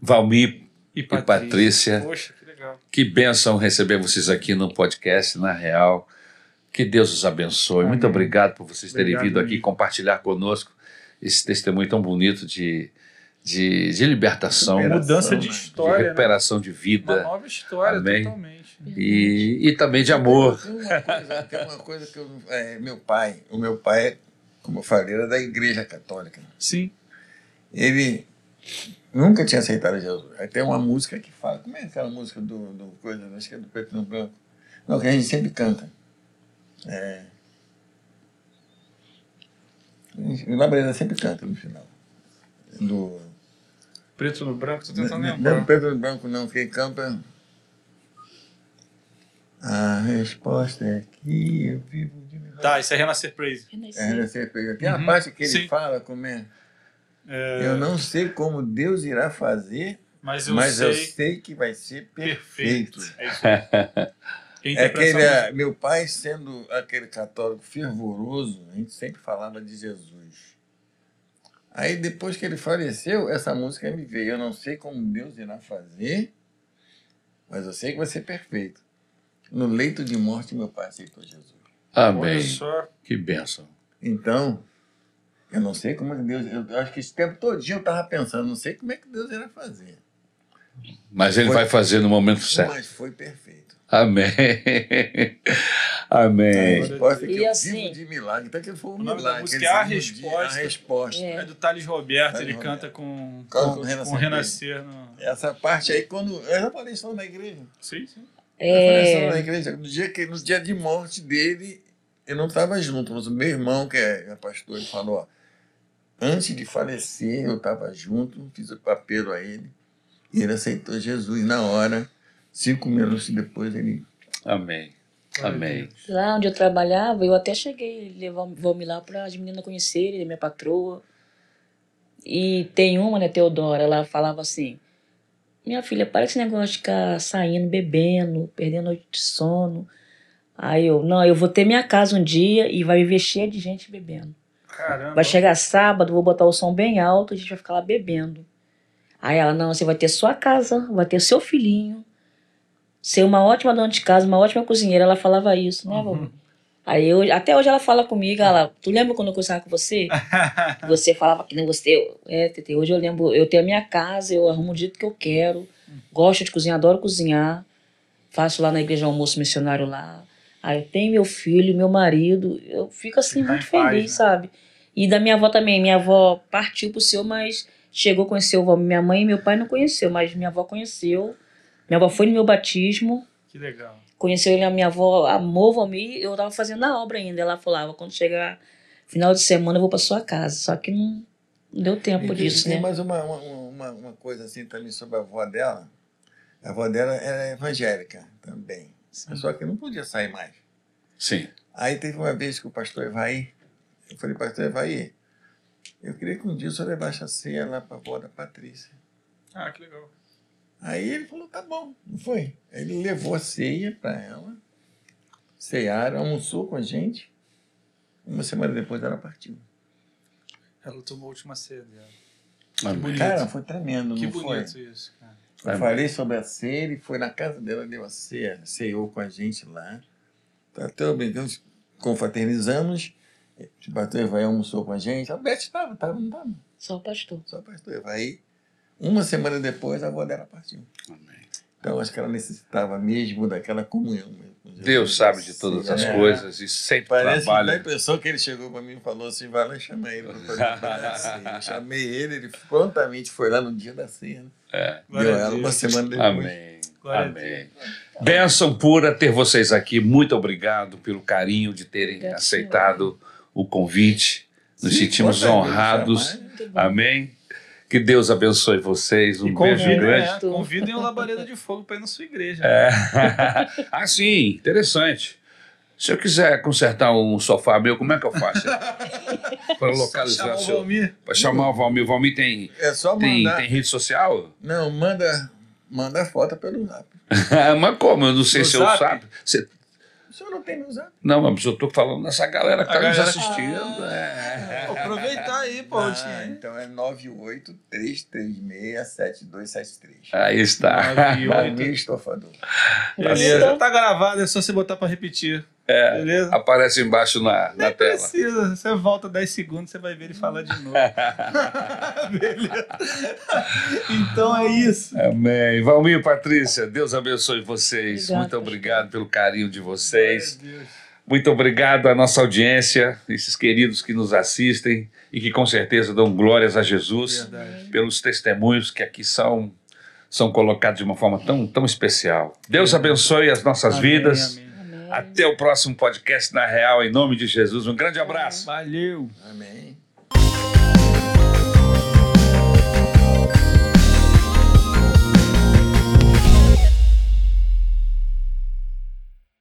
Valmir.
E
Patrícia.
Poxa, que legal.
Que bênção receber vocês aqui no podcast, na real. Que Deus os abençoe. Muito
Amém.
obrigado por vocês terem
Obrigado
vindo aqui
mesmo.
compartilhar conosco esse testemunho tão bonito de, de, de libertação,
Superação,
Mudança de
né?
de
história, né?
recuperação de
Uma
vida
nova história,
Amém.
totalmente.
e, e também de amor.
Tem uma coisa, é, tem uma coisa que eu, não- é, meu pai, o meu pai, como eu falei, era da igreja católica.
Sim.
Ele nunca tinha aceitado Jesus. Aí tem uma música que fala, como é aquela música do, do coisa, acho que é do Preto no Branco. Não, que a gente sempre canta. É. O Labreda sempre canta no final. Do,
Preto no branco, tô tentando
não,
lembrar.
não, Pedro Branco não, quem canta. A resposta é que eu vivo de mim.
Tá, isso é Renascer Praise.
Eu nasci.
É, você pegou. Tem
Uhum,
a parte que ele
sim.
fala como é.
É,
Eu não sei como Deus irá fazer,
mas eu
mas eu
sei
sei que vai ser
perfeito.
perfeito.
É isso aí. Quem
É
interpreta essa
aquele,
música?
ah, meu pai, sendo aquele católico fervoroso, a gente sempre falava de Jesus. Aí depois que ele faleceu, essa música me veio. Eu não sei como Deus irá fazer, mas eu sei que vai ser perfeito. No leito de morte, meu pai aceitou Jesus.
Olha
Amém.
só.
Que bênção.
Então, eu não sei como é que Deus. Eu acho que esse tempo todinho eu estava pensando, não sei como é que Deus irá fazer.
Mas ele
Foi-
vai fazer no momento certo.
Mas foi perfeito.
Amém.
A
Amém.
resposta é que
E
eu
assim-
vivo de milagre. Até que foi um
O nome da
milagre.
música
eles
é A
viram de-
Resposta.
A resposta.
É.
É do Thales Roberto,
Thales
ele
Roberto.
canta com,
Canta
com,
com
com
Renascer
Renascer. no...
Essa parte aí, quando. Eu já falei isso lá na igreja.
Sim, sim.
Eu falei
É,
isso lá na igreja. No dia, que, no dia de morte dele, eu não estava junto, mas o meu irmão, que é é pastor, ele falou: ó, antes de falecer, eu estava junto, fiz o papel a ele, e ele aceitou Jesus na hora. Cinco minutos depois ele.
Amém. Amém.
lá onde eu trabalhava, eu até cheguei a levar o Valmir lá para as meninas conhecerem, ele é minha patroa. E tem uma, né, Teodora, ela falava assim, minha filha, para esse negócio de ficar saindo, bebendo, perdendo noite de sono. Aí eu, não, eu vou ter minha casa um dia e vai viver cheia de gente bebendo.
Caramba.
Vai chegar sábado, vou botar o som bem alto, a gente vai ficar lá bebendo. Aí ela, não, você vai ter sua casa, vai ter seu filhinho, ser uma ótima dona de casa, uma ótima cozinheira. Ela falava isso, né, vovó?
Uhum.
Aí eu, até hoje ela fala comigo, ela, tu lembra quando eu conversava com você? Você falava que não você. É, Tete, hoje eu lembro, eu tenho a minha casa, eu arrumo o jeito que eu quero, gosto de cozinhar, adoro cozinhar, faço lá na igreja almoço missionário lá. Aí eu tenho meu filho, meu marido, eu fico assim
Você tá
muito
em paz,
feliz,
né?
sabe? E da minha avó também, minha avó partiu pro seu, mas chegou a conhecer o Valmir. Minha mãe e meu pai não conheceu, mas minha avó conheceu. Minha avó foi no meu batismo.
que legal.
Conheceu ele, a minha avó amou o Valmir, eu tava fazendo a obra ainda. Ela falava, quando chegar final de semana eu vou pra sua casa. Só que não, não deu tempo
E tem-
disso,
tem
né?
mais uma, uma, uma, uma coisa assim também sobre a avó dela. A avó dela era evangélica também. Só que não podia sair mais.
Sim.
Aí teve uma vez que o pastor Evaí, eu falei, pastor Evaí, Eu queria que um dia o senhor levasse a ceia lá para a avó da Patrícia.
Ah, que legal.
Aí ele falou, tá bom, não foi? Aí Ele levou a ceia para ela, cearam, almoçou com a gente. Uma semana depois ela partiu.
Ela tomou a última ceia dela.
Amém.
Cara, foi tremendo,
Que
não foi?
bonito isso, cara.
Eu falei sobre a ceia, ele foi na casa dela, deu a ceia, ceou com a gente lá. Tá até brincando, confraternizamos. O pastor Evaí almoçou com a gente. A Beth estava, estava, não estava.
Só o pastor.
Só o pastor Evaí. Uma semana depois, a avó dela partiu.
Amém.
Então, acho que ela necessitava mesmo daquela comunhão. Mesmo com Jesus.
Deus sabe de todas
Sim,
as
né?
coisas e sempre
Parece que dá a
trabalha.
impressão que ele chegou para mim e falou assim: vai lá chamar ele para fazer a ceia. assim." Eu chamei ele, ele prontamente foi lá no dia da ceia. né?
tá-
É.
Glória
Deu
a
ela
Deus.
uma semana depois.
Amém.
Glória a
Amém. Bênção pura ter vocês aqui. Muito obrigado pelo carinho de terem
Gratidão.
aceitado o convite. Nos
Sim,
sentimos
quanta coisa,
honrados.
mas-
Muito bom.
Amém. Que Deus abençoe vocês. Um beijo
convida,
grande.
é, convidem o Labareda de Fogo para ir na sua igreja.
É. ah, sim, interessante. Se eu quiser consertar um sofá meu, como é que eu faço? Para localizar
Chamar
o
o
seu.
Valmir.
Para chamar o Valmir. O Valmir tem,
É só
tem,
mandar.
tem rede social?
Não, manda, manda a foto pelo zap.
Mas como? Eu não sei
No
se eu
Zap?
sabe. Você-
O senhor não tem meu zap?
Não, mas eu tô falando dessa galera que
A
tá nos
galera-
assistindo. é.
Pô, Aproveitar aí, pô.
Ah,
tinha-
então é 983367273.
Ah.
Aí
tá.
está.
Nove e oito.
Valmir Estofador.
Beleza.
Então-
Tá gravado, é só você botar pra repetir. É. Beleza?
Aparece embaixo na, na
Nem
tela.
precisa. Você volta 10 segundos, você vai ver ele falar de novo. Beleza. Então é isso.
Amém. Valmir e Patrícia, Deus abençoe vocês.
Obrigada.
Muito obrigado pelo carinho de vocês.
Meu Deus.
Muito obrigado à nossa audiência, esses queridos que nos assistem e que com certeza dão glórias a Jesus
Verdade.
pelos testemunhos que aqui são são colocados de uma forma tão, tão especial. Deus abençoe as nossas
Amém,
vidas.
amém.
Amém.
Até o próximo podcast na Real, em nome de Jesus. Um grande abraço.
Valeu.
Amém.